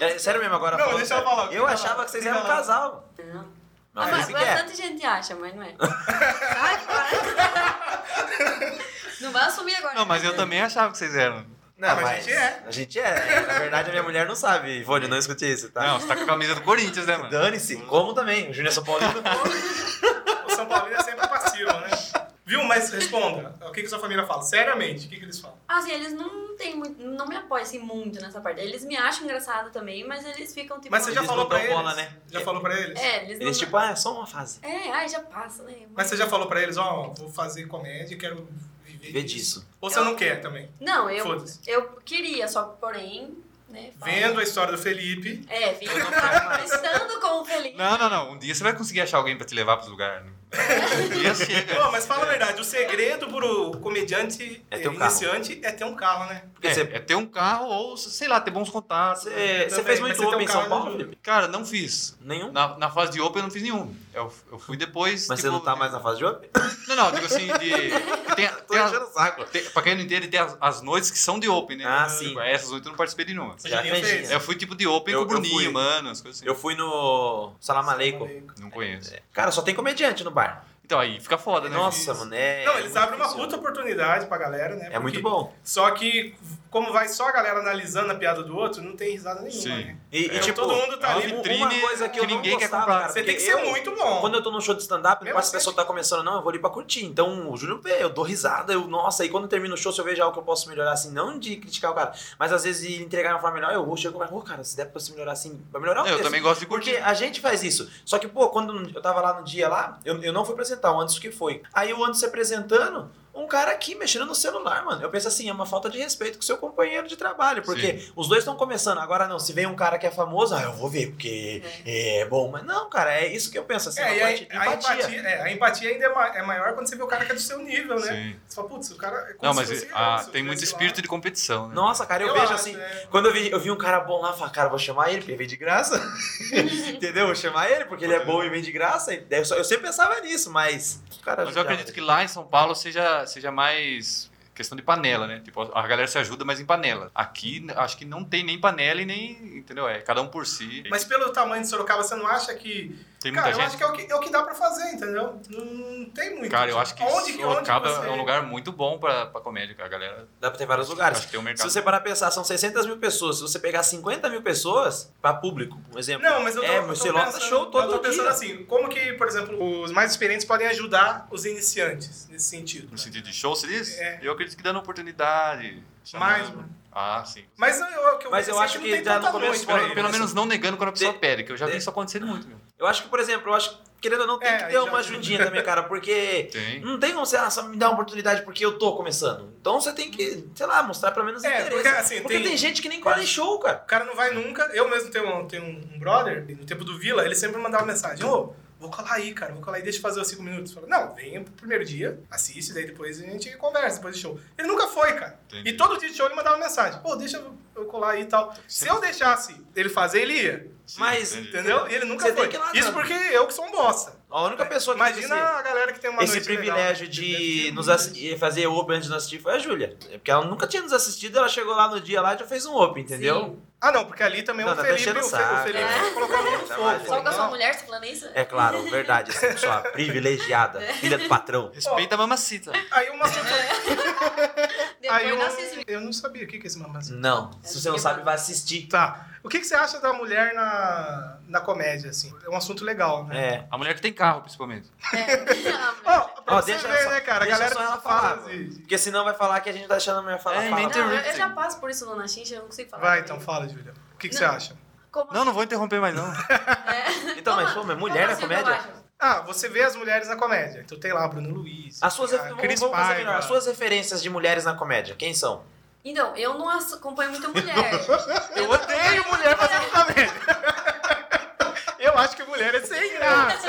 S2: é, sério mesmo, agora
S1: Não,
S2: falando
S1: deixa eu
S2: sério,
S1: falar, deixa
S2: Eu
S1: eu falar,
S2: achava que vocês
S1: deixa eu
S2: eram um
S1: falar.
S2: casal. Não,
S3: Ah,
S2: mas
S3: mas
S2: assim que é.
S3: bastante gente acha, mas não é. Sai fora. Não vai assumir
S2: É.
S3: agora.
S4: Não, mas eu também achava que vocês eram.
S2: Não,
S1: Ah,
S2: mas,
S1: mas a gente é.
S2: A gente é. Na verdade, a minha mulher não sabe. Ivone, não escute isso, tá?
S4: Não, você tá com a camisa do Corinthians, né, mano?
S2: é Dane-se. Como também. O Júnior São Paulino.
S1: O São Paulino é sempre passivo, né? Viu? Mas responda. O que, que sua família fala? Seriamente, o que, que eles falam?
S3: Assim, eles não têm muito. Não me apoiam assim, muito nessa parte. Eles me acham engraçada também, mas eles ficam tipo.
S1: Mas você já
S2: Eles
S1: falou
S2: não
S1: pra
S2: dão
S1: eles?
S2: bola, né?
S1: Já falou pra eles?
S3: É, eles não.
S2: Eles, tipo, ah, é só uma fase.
S3: É, ai, já passa, né?
S1: Mas você já falou pra eles, ó, vou fazer comédia, quero viver
S2: Vê disso.
S1: Ou você não quer também?
S3: Não, eu,
S1: Foda-se.
S3: eu queria, só que porém, né? fala-
S1: Vendo a história do Felipe,
S3: É, vendo.
S2: Eu não quero mais.
S3: Estando com o Felipe.
S4: Não, não, não. Um dia você vai conseguir achar alguém pra te levar pros lugares. né? Um dia chega.
S1: Pô, mas fala a verdade, o segredo pro comediante
S2: É
S1: eh,
S2: ter um carro.
S1: iniciante é ter um carro, né?
S2: Porque você,
S4: É, é ter um carro ou, sei lá, ter bons contatos.
S2: você, você
S4: É.
S1: também,
S2: fez
S1: mas
S2: muito
S1: você tem
S2: open
S1: um
S2: em São
S1: carro,
S2: Paulo,
S1: né,
S2: Felipe?
S4: Cara, não fiz.
S2: Nenhum?
S4: Na, na fase de Open eu não fiz nenhum. Eu, eu fui depois.
S2: Mas
S4: tipo,
S2: você não tá mais na fase de open?
S4: Não, não, digo assim, de. Tem,
S2: Tô
S4: tem as,
S2: enchendo o saco.
S4: tem, pra quem não entende, tem as, as noites que são de Open, né?
S2: Ah, sim.
S4: Tipo, Essas oito eu não participei de nenhuma.
S1: Você
S2: Já
S1: nem
S2: canjinha.
S1: fez.
S4: Eu fui tipo de Open
S2: Eu-
S4: com o
S2: eu fui.
S4: Bruninho, mano, as coisas assim.
S2: Eu fui no Salam
S1: Tá
S2: Aleikum.
S4: Não conheço.
S2: Cara, só tem comediante no bar.
S4: Então aí fica foda, né?
S2: É. Nossa, mano, é...
S1: Não,
S2: é
S1: eles
S2: muito
S1: abrem uma
S2: difícil.
S1: puta oportunidade pra galera, né?
S2: É muito
S1: Porque-
S2: bom.
S1: Só que, como vai só a galera analisando a piada do outro, não tem risada nenhuma,
S4: Sim.
S1: né?
S2: E, e,
S1: É,
S2: tipo,
S1: todo mundo tá
S4: é uma
S1: ali.
S4: vitrine
S2: uma coisa que, eu
S4: que
S2: não
S4: ninguém quer
S2: gostava,
S4: comprar.
S2: cara,
S1: Você tem que
S2: porque
S1: ser
S2: eu-
S1: muito bom.
S2: Quando eu tô num show de stand-up,
S1: Mesmo
S2: quase a
S1: assim.
S2: pessoa tá começando, não, eu vou ali pra curtir. Então, o Júnior vê, eu dou risada, eu, nossa, aí quando termina o show, se eu vejo algo que eu posso melhorar, assim, não de criticar o cara, mas às vezes de entregar de uma forma melhor, eu vou, chego e falo, "Ô, cara, se der pra você melhorar assim, vai melhorar o
S4: Eu
S2: texto."
S4: também gosto de
S2: Porque
S4: curtir.
S2: a gente faz isso. Só que, pô, quando eu tava lá no dia lá, eu, eu não fui apresentar, o Anderson que foi. Aí o Anderson se apresentando, um cara aqui mexendo no celular, mano. Eu penso assim, é uma falta de respeito com o seu companheiro de trabalho. Porque os dois estão começando. Agora não, se vem um cara que é famoso, ah, eu vou ver, porque é, bom. Mas não, cara, é isso que eu penso, assim,
S1: É,
S2: uma
S1: e
S2: parte de
S1: a, a
S2: empatia.
S1: empatia, é, a empatia ainda é, ma- é maior quando você vê o cara que é do seu nível, né?
S4: Sim.
S1: Você fala, putz, o cara é como
S4: Não,
S1: se
S4: mas
S1: fosse eu,
S4: ah,
S1: se eu
S4: tem muito
S1: tivesse lá.
S4: espírito de competição, né?
S2: Nossa, cara, eu,
S1: Eu
S2: vejo
S1: acho,
S2: assim.
S1: é.
S2: Quando eu vi, eu vi um cara bom lá, eu falei, cara, eu vou chamar ele, porque ele vem de graça. Entendeu? Vou chamar ele, porque ele é bom e vem de graça. E daí Eu, só- eu sempre pensava nisso, mas. Cara,
S4: Mas eu acredito que lá em São Paulo seja, seja mais questão de panela, né? Tipo, a galera se ajuda, mas em panela. Aqui, acho que não tem nem panela e nem. Entendeu? É cada um por si.
S1: Mas pelo tamanho de Sorocaba, você não acha que.
S4: tem muita
S1: Cara, eu
S4: gente.
S1: acho que é o que, é o que dá pra fazer, entendeu? Não, não tem muito.
S4: Cara, eu acho que
S1: Onde- onde
S4: Sorocaba
S1: você-
S4: é um lugar muito bom pra, pra comédia, cara. A galera.
S2: Dá pra ter vários lugares.
S4: Acho que tem um
S2: Se
S4: mercado.
S2: você parar pra pensar, são 600 mil pessoas. Se você pegar 50 mil pessoas, pra público, um exemplo.
S1: Não, mas eu tô,
S2: É,
S1: eu tô
S2: mas você lota
S1: pensando-
S2: show todo
S1: Eu tô pensando
S2: dia.
S1: assim, como que, por exemplo, os mais experientes podem ajudar os iniciantes nesse sentido? né?
S4: No sentido de show, você diz?
S1: É.
S4: Eu acredito que dando oportunidade.
S1: Mais,
S4: chamando. Ah, sim.
S1: Mas eu, eu, eu
S2: Mas eu
S1: vejo
S2: acho
S1: assim
S2: que
S1: não tem
S2: já no
S1: tanta
S2: começo-
S1: noite pra
S4: Pelo,
S1: ele.
S4: pelo menos não negando quando a pessoa
S2: De-
S4: pede, que eu já
S2: de-
S4: vi isso acontecendo muito, meu.
S2: Eu acho que, por exemplo, eu acho que, querendo ou não, tem
S1: É,
S2: que
S1: aí
S2: ter
S1: já-
S2: uma ajudinha também, cara, porque.
S4: Tem.
S2: Não tem como, sei lá, só me dar uma oportunidade porque eu tô começando. Então você tem que, sei lá, mostrar pelo menos
S1: É,
S2: interesse.
S1: porque, assim,
S2: porque
S1: tem-
S2: tem... gente que nem colhe show, cara.
S1: O cara não vai nunca. Eu mesmo tenho, um- tenho um brother, no tempo do Vila, ele sempre mandava mensagem: Ô, vou colar aí, cara, vou colar aí, deixa eu fazer os cinco minutos. Fala, não, venha pro primeiro dia, assiste, daí depois a gente conversa, depois do show. Ele nunca foi, cara.
S4: Entendi.
S1: E todo dia de show ele mandava mensagem: pô, deixa eu, eu colar aí e tal. Se eu deixasse ele fazer, ele ia.
S4: Sim,
S2: mas-
S4: entendi.
S1: Entendeu? E ele nunca
S2: Você tem
S1: foi.
S2: que ir lá,
S1: Isso
S2: cara.
S1: porque eu que sou um bosta.
S2: A única pessoa que
S1: Imagina
S2: teve
S1: a galera que tem uma
S2: esse, esse
S1: noite legal.
S2: privilégio de nos assi- fazer open antes de nos assistir foi a Júlia. É Porque ela nunca tinha nos assistido, ela chegou lá no dia lá e já fez um open, entendeu?
S1: Ah, não, porque ali também
S2: Não,
S1: o
S2: não, tá
S1: Felipe,
S2: enchendo
S1: o
S2: o
S1: Fe- o
S2: saco.
S1: Felipe
S2: É.
S1: colocou a mão no
S2: Jamais,
S1: fogo.
S2: né?
S3: Só com a sua
S1: Não.
S3: mulher, você tá falando isso?
S2: É claro, verdade, assim, pessoa privilegiada, filha do patrão.
S4: Respeita a tá? mamacita.
S1: Aí uma surpresa.
S3: É, Depois
S1: Aí
S3: não
S1: eu,
S3: assiste.
S1: eu não sabia o que que é esse mamacita.
S2: Não, se você não sabe, vai assistir.
S1: Tá. O que, que você acha da mulher na, na comédia, assim? É um assunto legal, né?
S2: É.
S4: A mulher que tem carro, principalmente.
S3: É.
S1: Ó, pra
S2: Ó,
S1: você
S2: deixa
S1: ver,
S2: só-
S1: né, cara? A
S2: deixa
S1: galera
S2: só ela
S1: fala
S2: falar.
S1: assim-
S2: Porque senão vai falar que a gente tá deixando a mulher falar.
S4: É,
S2: fala.
S4: nem tem-
S3: Não, eu, eu já passo por isso lá na xincha, eu não consigo falar.
S1: Vai, então, fala, Júlia. O que, que você
S3: Não.
S1: acha?
S3: Como assim?
S4: Não, não vou interromper mais, não.
S2: Então, mas pô,
S3: como
S1: é
S2: mas mulher na
S3: assim que eu
S2: comédia?
S3: acho?
S1: Ah, você vê as mulheres na comédia. Então tem lá Bruno Luiz,
S2: As suas,
S1: a
S2: vamos-
S1: Cris
S2: vamos fazer melhor.
S1: Paiva.
S2: As suas referências de mulheres na comédia, quem são?
S3: Então, eu não ass- acompanho muita mulher.
S1: Eu odeio mulher fazendo comédia. Eu acho que mulher é sem graça.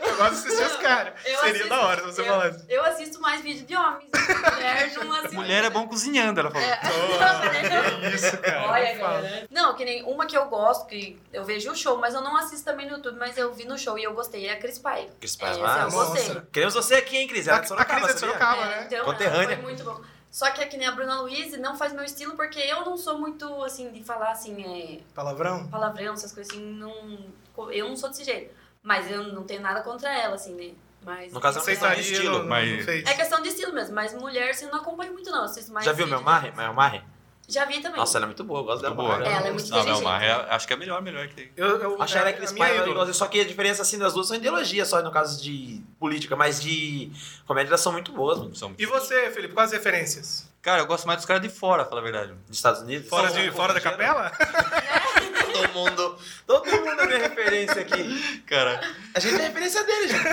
S1: Eu gosto de assistir os caras.
S3: Eu
S1: Seria
S3: assisto-
S1: da hora se você
S3: eu-
S1: falasse.
S3: Eu assisto mais vídeo de homens. Mulher não assisto.
S4: Mulher é bom cozinhando, ela falou.
S3: É.
S1: Oh, que isso, cara.
S3: Olha,
S1: Não fala.
S3: galera. Não, que nem uma que eu gosto, que eu vejo o show, mas eu não assisto também no YouTube, mas eu vi no show e eu gostei, é a Cris Paiva.
S2: Cris
S3: É,
S2: Paiva.
S3: essa
S2: Ah,
S3: eu
S1: nossa.
S3: gostei.
S2: Queremos você aqui, hein, Cris? Ela é de
S1: A, a Cris é de
S2: sabia?
S1: Sorocaba,
S3: É,
S1: né?
S3: Então,
S2: Conterrânea.
S3: Foi muito bom. Só que é que nem a Bruna Luiz não faz meu estilo, porque eu não sou muito, assim, de falar, assim, é,
S1: Palavrão?
S3: palavrão, essas coisas assim, não... Eu não sou desse jeito. Mas eu não tenho nada contra ela, assim, né? Mas...
S2: No caso, ela
S1: Vocês
S2: questão de
S1: estariam
S2: estilo,
S1: no-
S4: mas-
S1: no Face.
S3: É questão de estilo mesmo, mas mulher, assim, eu não acompanho muito, não. Eu assisto mais
S2: Já viu
S3: vídeo
S2: meu
S3: de-
S2: Marre? Meu Marre?
S3: Já vi também.
S2: Nossa, ela é muito boa, eu gosto dela.
S4: Muito
S2: pra
S4: boa.
S2: caralho.
S3: Ela é muito
S4: Não, Mel
S3: inteligente.
S4: Maher, acho que é a melhor, melhor que tem.
S1: Eu, eu,
S2: A Sharon Cris
S1: minha
S2: Paiva é
S1: ídola.
S2: igualzinha, só que a diferença assim das duas são ideologia, só no caso de política, mas de comédia elas são muito boas, mano.
S4: São-
S1: E você, Felipe, quais as referências?
S4: Cara, eu gosto mais dos caras de fora, fala a verdade.
S2: Dos Estados Unidos.
S1: Fora,
S4: um
S2: São- um
S1: de, fora da capela?
S2: Todo mundo. Todo mundo é minha referência aqui.
S4: Cara,
S2: A gente é referência dele, gente.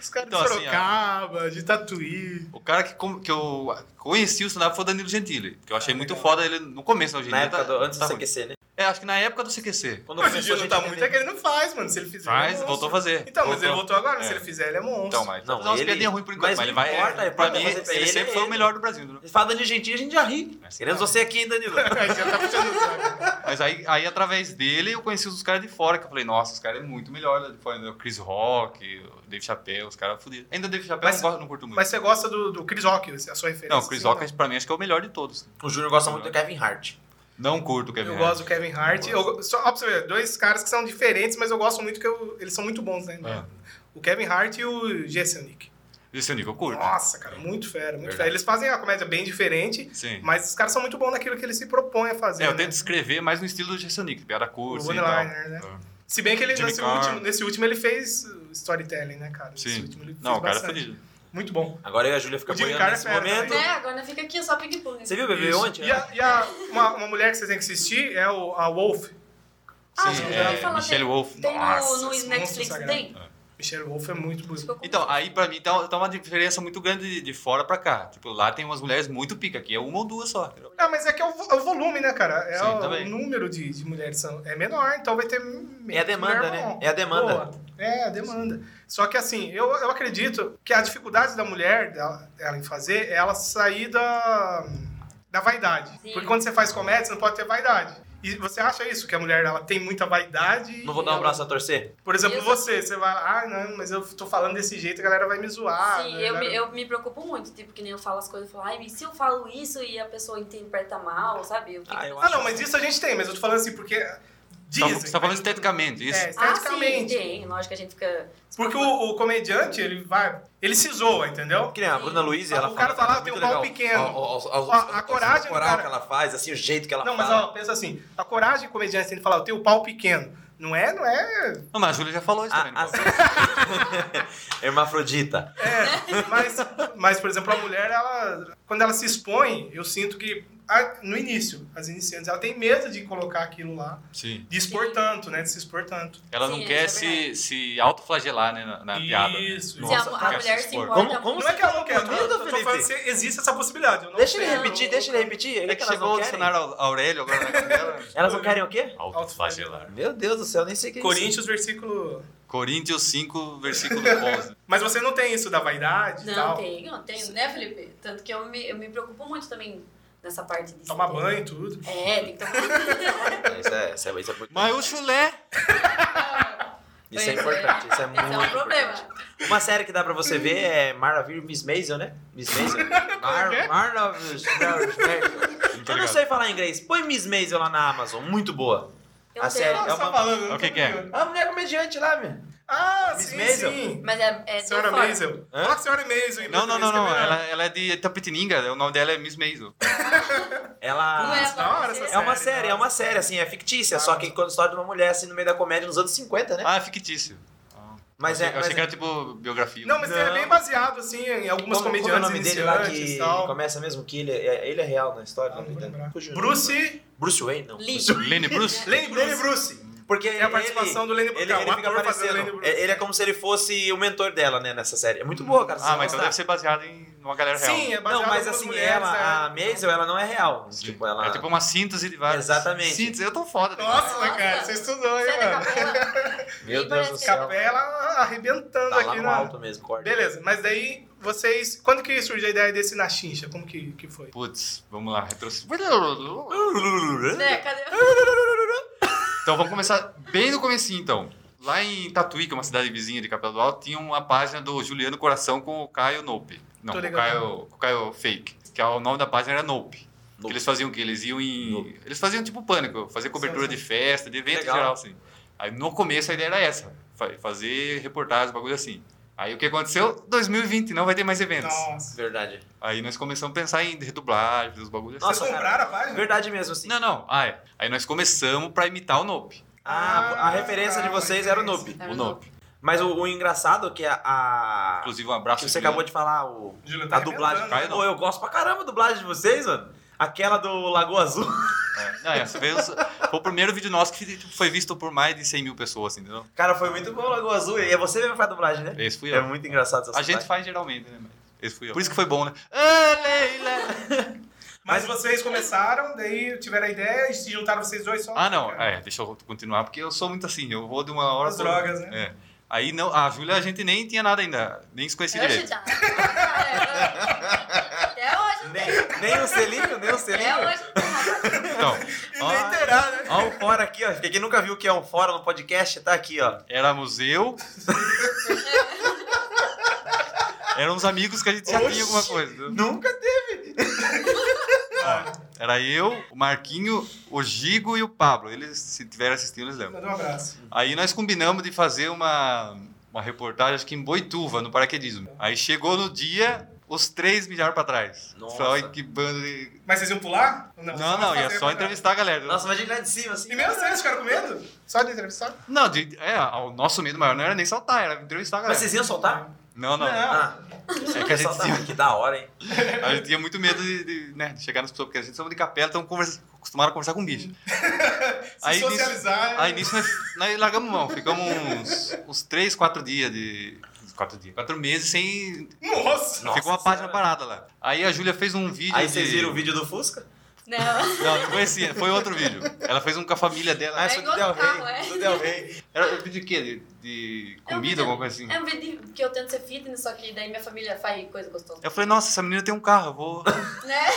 S1: Os caras
S4: Então,
S1: de
S4: assim,
S1: Sorocaba, de Tatuí.
S4: o cara que, com- que eu conheci o stand-up foi o Danilo Gentili, que eu achei
S1: Ah,
S4: muito
S1: legal.
S4: foda ele no começo, hoje em
S2: Na
S4: dia
S2: época
S4: tá-
S2: do. Antes
S4: tá
S2: do
S4: ruim.
S2: CQC, né?
S4: É, acho que na época do CQC.
S2: Quando
S1: Mas o
S2: começou, a
S1: dia não
S2: gente
S1: tá
S2: ainda
S1: muito,
S2: nem-
S1: é que ele não faz, mano. Se ele fizer.
S4: Faz,
S1: ele é
S4: voltou a
S1: monstro.
S4: fazer.
S1: Então, mas ele voltou agora.
S4: É.
S1: Se ele fizer, ele é monstro.
S4: Então, mas
S2: Não,
S4: não, umas
S2: ele-
S4: piadinhas ruins por enquanto,
S2: mas
S4: mas, ele vai.
S2: não importa, ele
S4: pra
S2: pode
S4: mim,
S2: fazer pra
S4: ele
S2: ele,
S4: sempre foi o
S2: ele.
S4: melhor do Brasil. né?
S2: Fala de Gentil, a gente já ri. Queremos você aqui, hein, Danilo?
S1: Aí já tá puxando o saco.
S4: Mas aí, aí, através dele, eu conheci os caras de fora, que eu falei, nossa, os caras é muito melhor lá de fora. né? O Chris Rock, o Dave Chappelle, os caras fodidos. Ainda o Dave Chappelle
S1: Mas-
S4: eu não, gosto, não curto muito.
S1: Mas você gosta do, do Chris Rock, a sua referência?
S4: não, o Chris
S1: assim,
S4: Rock, pra mim, acho que é o melhor de todos.
S2: o Júnior gosta muito do Kevin Hart.
S4: Não curto o Kevin
S1: Eu
S4: Hart.
S1: gosto do Kevin Hart. Eu, go- só pra você ver, dois caras que são diferentes, mas eu gosto muito que eu- eles são muito bons, né?
S4: É.
S1: O Kevin Hart e o Jason Nick.
S4: Esse é o nível, eu curto.
S1: Nossa, cara, muito fera, muito
S4: Verdade.
S1: fera. Eles fazem a comédia bem diferente,
S4: Sim.
S1: mas os caras são muito bons naquilo que eles se propõem a fazer.
S4: É, eu
S1: né?
S4: tento escrever mais no estilo do Jason Nick, piada curta assim,
S1: O
S4: e tal. É.
S1: one-liner, né? Se bem que ele,
S4: Jimmy
S1: nesse
S4: Carr.
S1: último, nesse último ele fez storytelling, né, cara? Nesse
S4: Sim.
S1: último ele fez
S4: Não, o cara é
S1: bastante.
S4: fodido.
S1: Muito bom.
S2: Agora eu e a Júlia ficam
S1: O Jimmy
S2: apoiando
S1: Carr é
S2: nesse
S1: fera
S2: momento.
S1: também.
S3: Né? Agora fica aqui só ping-pong.
S2: Você viu o bebê
S1: Isso.
S2: ontem?
S1: E, a, e a- uma, uma mulher que vocês têm que assistir é o, a Wolf.
S3: Ah,
S4: Sim,
S3: eu
S1: já ouvi
S4: é,
S3: falar
S4: Michelle
S3: dele.
S4: Wolf.
S3: Tem
S4: Nossa,
S3: no,
S1: esse
S3: no
S1: monstro
S3: Netflix,
S1: sagrado.
S3: tem?
S1: Michelle Wolf é muito bonito.
S3: Ficou com-
S4: Então, aí pra mim tá, tá uma diferença muito grande de, de fora pra cá. Tipo, lá tem umas mulheres muito pica, aqui é uma ou duas só. entendeu?
S1: Ah, mas é que é o, vo- é o volume, né, cara? É
S4: Sim,
S2: tá
S1: o,
S4: também.
S1: o número de, de mulheres são, é menor, então vai ter menos
S2: É a demanda,
S1: mulher
S2: né?
S1: bom.
S2: É a demanda.
S1: Boa. É, a demanda. Só que assim, eu, eu acredito que a dificuldade da mulher, dela, ela em fazer, é ela sair da, da vaidade.
S3: Sim.
S1: Porque quando você faz comédia, você não pode ter vaidade. E você acha isso, que a mulher ela tem muita vaidade.
S2: Não vou dar um
S1: ela-
S2: braço a torcer?
S1: Por exemplo,
S3: Isso.
S1: você, você vai lá, ah, não, mas eu tô falando desse jeito, a galera vai me zoar.
S3: Sim,
S1: né,
S3: eu, me,
S1: galera?"
S3: eu me preocupo muito, tipo, que nem eu falo as coisas, eu falo, ai, e se eu falo isso e a pessoa interpreta mal, sabe? Eu fico- assim,
S2: Ah, eu
S1: Ah, não, mas isso a gente tem, mas eu tô falando assim, porque.
S4: Você tá-
S1: Dizem.
S4: você tá falando esteticamente, isso.
S1: É,
S3: Ah, sim,
S1: esteticamente.
S3: tem, lógico que a gente fica...
S1: Porque o, o comediante, ele vai. Ele se zoa, entendeu?
S2: Que nem a Bruna Luiz, ela
S1: o cara fala,
S2: fala,
S1: tem um
S2: muito
S1: pau
S2: legal.
S1: pequeno.
S2: Ó, ó, ó,
S1: Ó, a
S2: ó,
S1: coragem do
S2: o coral
S1: cara.
S2: que ela faz, assim, o jeito que ela
S1: não, mas
S2: fala.
S1: ó, pensa assim, a coragem do comediante tem de falar, eu tenho o pau pequeno. Não é, não é.
S4: Não, mas a Júlia já falou isso também.
S2: A,
S4: não
S2: as...
S4: falou?
S2: Hermafrodita.
S1: É, mas, mas, por exemplo, a mulher, ela, quando ela se expõe, eu sinto que a- no início, as iniciantes, ela tem medo de colocar aquilo lá,
S4: Sim.
S1: de expor
S3: Sim.
S1: tanto, né? De se expor tanto.
S4: Ela
S3: Sim,
S4: não
S3: é
S4: quer se,
S3: verdade.
S4: se autoflagelar né, na, na piada. né?
S1: Isso,
S3: Se
S1: Nossa,
S3: a- a,
S4: quer
S3: mulher
S4: se
S3: se
S4: expor.
S3: importa...
S2: Como- como-
S1: Não é que ela não quer, eu tô,
S2: Duvido,
S1: eu tô falando
S2: Felipe.
S1: se existe essa possibilidade. Eu não
S2: Deixa ele
S1: sei.
S2: repetir, deixa ele repetir.
S4: É que
S2: elas,
S4: chegou
S2: não
S4: o
S2: querem.
S4: dicionário Au- Aurélio agora né? na tabela.
S2: elas não querem o quê?
S1: Autoflagelar.
S2: Meu Deus do céu, nem sei o que é isso.
S1: Coríntios, versículo.
S4: Coríntios 5, versículo 11.
S1: Mas você não tem isso da vaidade e
S3: Não,
S1: tal?
S3: tem, não, tem, né, Felipe? Tanto que eu me, eu me preocupo muito também nessa parte disso.
S1: Tomar
S3: entendeu?
S1: banho e tudo.
S3: É, tem que tomar
S2: Isso é, isso é, isso é, muito-
S4: Mas o chulé!
S2: isso é importante, isso é muito
S3: Esse é um problema.
S2: importante. Uma série que dá pra você ver é Marvel Miss Maisel, né? Miss Maisel.
S1: é?
S2: Mar Marvel Miss Maisel. Eu não sei falar inglês. Põe Miss Maisel lá na Amazon, muito boa.
S3: Eu
S2: A
S3: sei,
S2: série.
S1: Não,
S2: é
S1: você tá
S2: uma-
S1: falando, eu não
S4: O que
S1: tô
S4: que é?
S1: ligando.
S2: A mulher comediante lá, meu.
S1: Ah,
S2: Miss
S1: sim,
S2: Maisel?
S1: sim.
S3: Mas é, é
S1: Senhora
S3: de fora.
S1: Maisel.
S2: Hã?
S1: Fala que senhora Maisel. em
S4: Não, não, não,
S1: português,
S4: não.
S1: que é melhor.
S4: Ela, ela é de Tapetininga, o nome dela é Miss Maisel.
S3: Não é
S2: Ela.
S3: a
S1: Tá da hora
S3: série.
S1: essa
S2: É uma
S1: série,
S2: série, é uma série, assim, é fictícia, só que quando história de uma mulher, assim, no meio da comédia, nos anos 50, né?
S4: Ah, é fictício.
S2: Mas
S4: eu
S2: é.
S4: achei, eu achei
S2: Mas
S4: que
S2: é
S4: era tipo biografia.
S1: Não, mas é
S2: Não.
S1: bem baseado, assim, em algumas
S2: como, como é o
S1: comediantes
S2: nome dele lá
S1: iniciantes
S2: que
S1: e tal.
S2: começa mesmo que ele é, ele é real na história?
S1: Ah, não
S2: na
S1: vou
S2: verdade.
S1: lembrar.
S2: Fugiu.
S1: Bruce...
S2: Bruce Wayne, não.
S3: Lee.
S2: Bruce Wayne.
S4: Lenny
S2: É.
S4: Bruce?
S1: Lenny
S2: Lenny
S1: Bruce.
S2: Bruce. Porque
S1: É a participação do Lenny
S2: ele,
S1: Bruce.
S2: ele,
S1: cara,
S2: ele
S1: o
S2: fica
S1: ator fazendo Lenny
S2: aparecendo.
S1: Bruce.
S2: Ele é como se ele fosse o mentor dela, né, nessa série. É muito boa, cara.
S4: Ah, mas então deve
S2: você
S4: ser baseado em uma galera real.
S1: Sim, é
S2: vai
S1: baseado
S2: gostar. Não, mas
S1: em algumas
S2: assim,
S1: mulheres,
S2: ela,
S1: né?
S2: a Maisel, ela não é real.
S4: Sim.
S2: Tipo, ela...
S4: É tipo uma síntese de várias.
S2: Exatamente.
S4: Síntese, eu tô foda. né?
S1: Nossa,
S3: Nossa.
S1: cara, você estudou, hein,
S3: Você é da
S1: mano?
S3: capela?
S2: Meu
S3: E
S2: Deus do
S3: parece-
S2: céu.
S1: Capela arrebentando
S2: Tá lá
S1: aqui
S2: no
S1: na...
S2: alto mesmo, corda.
S1: Beleza, mas daí vocês... Quando que surgiu a ideia desse na chincha? Como que, que foi?
S4: Putz, vamos lá, retroceder.
S3: Né, cadê?
S4: Então vamos começar bem no comecinho, então. Lá em Tatuí, que é uma cidade vizinha de Capela do Alto, tinha uma página do Juliano Coração com o Caio Nope. Não,
S1: Tô
S4: com o
S1: ligado.
S4: Caio, com o Caio Fake. Que é o nome da página era Nope. Que
S2: Nope.
S4: Eles faziam o quê? Eles iam em...
S2: Nope.
S4: Eles faziam tipo pânico. Faziam cobertura
S1: Sim,
S4: de festa, de evento
S2: Legal.
S4: geral, assim. Aí no começo a ideia era essa. fa- Fazer reportagem, bagulho assim. Aí o que aconteceu? 2020, não vai ter mais eventos.
S1: Nossa.
S2: Verdade.
S4: Aí nós começamos a pensar em redublagem, fazer os bagulhos
S2: Nossa,
S1: Vocês compraram a página?
S2: Verdade mesmo, assim.
S4: Não, não. Ah, é. Aí nós começamos pra imitar o Nope.
S2: Ah, a
S1: Ah,
S2: referência de
S1: a
S2: vocês era o
S1: referência.
S2: noob.
S3: Era
S4: O
S3: o
S4: Nope.
S2: Mas o, o engraçado é que a. a-
S4: Inclusive, um
S2: Ah,
S4: abraço.
S2: que você
S4: Juliano.
S2: acabou de falar, o,
S1: O Juliano tá
S2: a dublagem.
S1: arrebentando,
S4: né?
S2: Pô, eu gosto pra caramba da dublagem de vocês, mano. Aquela do Lagoa Azul.
S4: É. Não, essa vez foi o primeiro vídeo nosso que tipo, foi visto por mais de 100 mil pessoas, assim, entendeu?
S2: Cara, foi muito bom o Lagoa Azul. E é você mesmo que faz a dublagem, né?
S4: Esse fui
S2: É
S4: eu.
S2: muito engraçado essa
S4: a gente
S2: dublagem.
S4: faz geralmente, né? Mas esse fui eu. Por isso que foi bom, né? Ah, Leila!
S1: Mas vocês começaram, daí tiveram a ideia e se juntaram vocês dois só?
S4: Ah, não.
S1: Cara,
S4: É, deixa eu continuar, porque eu sou muito assim. Eu vou de uma hora...
S1: As
S4: pra outra.
S1: drogas, né?
S4: É. Aí, não, a Júlia, a gente nem tinha nada ainda. Nem se
S1: É,
S4: conhecia
S3: Hoje
S4: direito.
S3: tá. Até hoje tem.
S2: Nem, nem o selinho, nem o
S3: Até
S2: selinho.
S3: hoje tem, rapaz.
S4: Então,
S2: Ó,
S1: terá, né?
S2: Ó, o fora aqui, ó. Quem nunca viu o que é um fora no podcast, tá aqui, ó.
S4: éramos eu... Eram uns amigos que a gente já tinha alguma coisa. entendeu?
S2: Nunca teve.
S4: Era eu, o Marquinho, o Gigo e o Pablo. Eles, se tiver assistindo, eles lembram.
S1: Manda um abraço.
S4: Aí nós combinamos de fazer uma, uma reportagem, acho que em Boituva, no paraquedismo. Aí chegou no dia, os três milharam pra trás.
S2: Nossa.
S4: Falei, "Olha que bando de...
S1: Mas vocês iam pular? Ou
S4: Não, não, ia só entrevistar a galera.
S2: Nossa, imagina lá de cima, assim.
S1: E mesmo vocês ficaram com medo? Só de entrevistar?
S4: Não, de- é, o nosso medo maior não era nem saltar, era entrevistar a
S2: Mas
S4: galera.
S2: vocês iam soltar?
S4: É. Não, não.
S1: Não.
S2: Ah,
S4: É que a gente,
S2: soltar.
S4: tinha,
S2: Que da hora, hein?
S4: a gente tinha muito medo de, de, né, de chegar nas pessoas, porque a gente somos de capela, então conversa, acostumaram a conversar com bicho.
S1: Se
S4: Aí nisso-
S1: socializar.
S4: Aí nisso nós, nós largamos mão, ficamos uns, uns três, quatro dias de. Quatro dias. Quatro meses sem.
S1: Nossa!
S2: Nossa
S4: ficou uma página
S2: Senhora.
S4: parada lá. Aí a Júlia fez um vídeo.
S2: Aí
S4: de-
S2: vocês viram o vídeo do Fusca?
S3: Não.
S4: Não, não conhecia, foi outro vídeo. Ela fez um com a família dela.
S2: Ah,
S3: É
S2: foi do
S3: igual
S2: Del
S3: do carro,
S2: Rey.
S3: é.
S2: Do Del Rey.
S4: Era um vídeo de quê? De, de
S3: É um
S4: comida,
S3: vídeo-
S4: alguma coisa assim?
S3: É um vídeo que eu tento ser fitness, só que daí minha família faz coisa gostosa.
S4: Eu falei, nossa, essa menina tem um carro, eu vou.
S3: Né?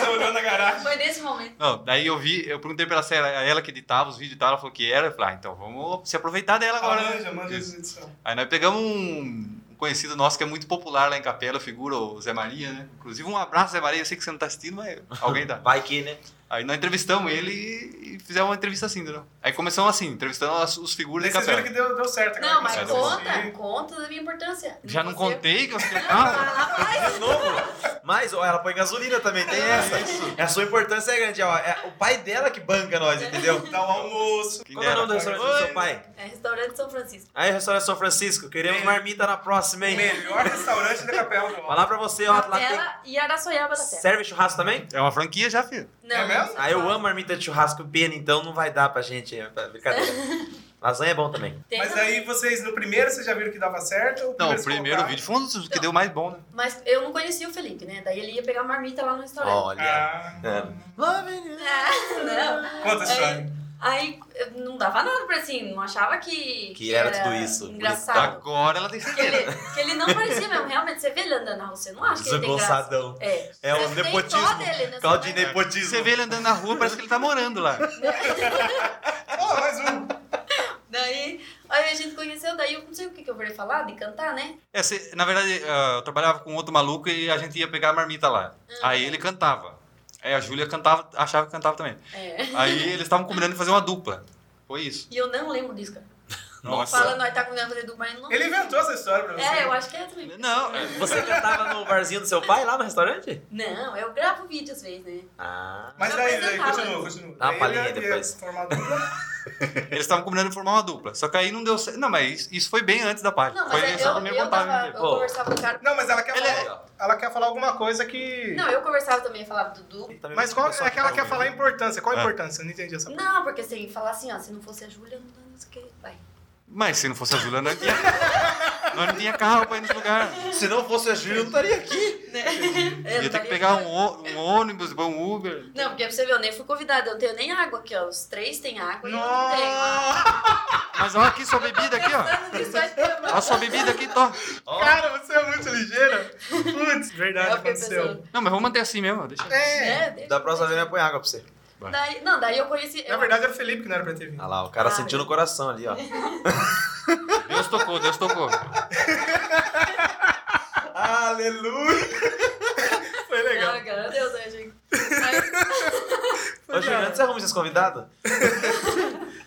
S1: Você olhou na garagem.
S3: Foi nesse momento.
S4: Não, daí eu vi, eu perguntei pra ela se era ela que editava os vídeos e tal, ela falou que era. Eu falei, ah, então vamos se aproveitar dela agora. né?
S1: Manja, manja
S4: Isso.
S1: essa edição.
S4: Aí nós pegamos um um conhecido nosso que é muito popular lá em Capela, figura o Zé Maria, né? Inclusive, um abraço, Zé Maria. Eu sei que você não tá assistindo, mas alguém tá.
S2: Vai que, né?
S4: Aí nós entrevistamos ele e- e fizemos uma entrevista assim, entendeu? Aí começamos assim, entrevistando as- os figuras
S1: Daí
S4: de
S1: vocês viram
S4: Capela.
S1: que deu, deu certo. a
S3: Não,
S1: galera
S3: mas
S4: Cara,
S1: começou a
S3: conta,
S1: assistir.
S3: conta da minha importância.
S4: Já não
S3: consigo.
S4: contei que eu fiquei...
S3: Ah,
S4: Ah,
S3: rapaz,
S2: De é novo. Mas, ó, ela põe gasolina também, tem essa. É a sua importância é grande, ó. É o pai dela que banca nós, entendeu?
S1: Dá um almoço.
S4: quem
S2: Qual é o
S4: dera.
S2: nome do restaurante do seu pai?
S3: É restaurante São Francisco.
S2: Aí, restaurante São Francisco, queremos
S1: Meu.
S2: marmita na próxima,
S1: O
S2: hein?
S1: melhor restaurante da Capela do Alto.
S2: Falar pra você, ó, lá tem...
S3: Ela e Araçoiaba da Serra.
S2: Serve churrasco também?
S4: É uma franquia já, filho.
S3: Não,
S1: É mesmo?
S2: Ah, eu amo marmita de churrasco, pena, então não vai dar pra gente, é brincadeira. Lasanha é bom também.
S3: Tem
S1: Mas
S3: também.
S1: aí vocês, no primeiro, vocês já viram que dava certo? ou
S4: Não, o
S1: vocês
S4: primeiro
S1: colocaram?
S4: vídeo foi um dos que
S2: Então,
S3: Não.
S4: deu mais bom, né?
S3: Mas eu não conhecia o Felipe, né? Daí ele ia pegar marmita lá no restaurante.
S1: Ah,
S2: É. Love you.
S3: Ah, não.
S1: conta a história.
S3: Aí eu não dava nada pra assim, não achava que.
S2: Que era tudo isso. tá.
S3: Engraçado.
S4: Agora ela tem
S3: Que ele,
S4: certeza.
S3: que ele não parecia mesmo, realmente. Você vê ele andando na rua, você não acha que ele tem graça.
S2: Desengonçadão.
S3: É,
S2: É o
S3: Você tem
S2: nepotismo.
S3: dó dele, né?
S2: Claudinei
S3: Você vai-
S2: nepotismo.
S4: Você vê ele andando na rua, parece que ele tá morando lá. É.
S1: Ó, mais um.
S3: Daí, aí a gente conheceu, daí eu não sei o que, que eu vou falar, de cantar, né?
S4: É, cê- na verdade, ah, eu trabalhava com outro maluco e a gente ia pegar a marmita lá.
S3: Ah.
S4: Aí ele cantava. Aí a Júlia cantava, achava que cantava também.
S3: É.
S4: Aí eles estavam combinando de fazer uma dupla. Foi isso.
S3: E eu não lembro disso, cara.
S4: Nossa.
S3: Fala, nós tá combinando fazer dupla, mas eu não
S1: Ele inventou né? essa história pra você.
S3: É, eu acho que é também.
S4: Não, é-
S2: Você cantava no barzinho do seu pai, lá no restaurante?
S3: Não, eu gravo vídeo às vezes, né?
S2: Ah.
S1: Mas
S3: Eu
S1: daí, daí,
S3: apresentava.
S1: continua, continua.
S2: Dá uma
S1: Daí
S2: palhinha
S1: ele é ia
S2: depois.
S1: formar dupla.
S4: eles estavam combinando de formar uma dupla. Só que aí não deu certo. Não, mas isso, isso foi bem antes da página.
S3: Não, mas
S4: Ah, foi
S3: é-
S4: essa
S3: eu,
S4: primeira
S3: eu,
S4: contagem.
S3: tava, eu
S4: inteira.
S2: Pô.
S3: conversava com o cara.
S1: Não, mas ela quer,
S4: Ele
S2: é-
S1: falar, ela quer falar alguma coisa que...
S3: Não, eu conversava também, falava do Du.
S1: Mas qual é que ela quer falar a importância? Qual a
S2: Ah.
S4: É.
S1: importância? Eu não entendi essa
S3: Não, porque assim, falar assim, ó, se não fosse a Júlia, não não sei o que. Vai.
S4: Mas se não fosse a Juliana, nós não tinha, nós não tinha carro pra ir nesse lugar.
S2: Se não fosse a Júlia, eu não estaria aqui.
S3: Eu
S4: Ia ter que
S3: estaria-
S4: pegar um, ô- um ônibus, depois um Uber.
S3: Não, porque pra você ver, eu nem fui convidada, eu não tenho nem água aqui, ó. Os três têm água e eu não tenho.
S1: Nossa!
S4: Mas olha aqui sua bebida aqui, ó.
S3: Pensando nisso, vai ter uma-
S4: Olha sua bebida aqui, tó.
S1: Cara, você é muito ligeira. Putz, verdade,
S3: Eu fiquei
S1: aconteceu.
S3: pensando,
S4: Não, mas vamos manter assim mesmo. Deixa.
S1: É.
S3: né?
S2: Da próxima vez, eu põe água pra você.
S4: Vai.
S3: Daí, não, daí eu conheci.
S1: Na
S3: eu-
S1: verdade, era o Felipe que não era pra ter vindo.
S2: Ah lá, o cara
S3: Ah,
S2: sentiu no coração ali, ó.
S4: Deus tocou, Deus tocou.
S2: Aleluia!
S1: Foi legal.
S3: Ah, graças a Deus, né, gente? Aí-
S2: Ô, Juliana, você arruma esses convidados?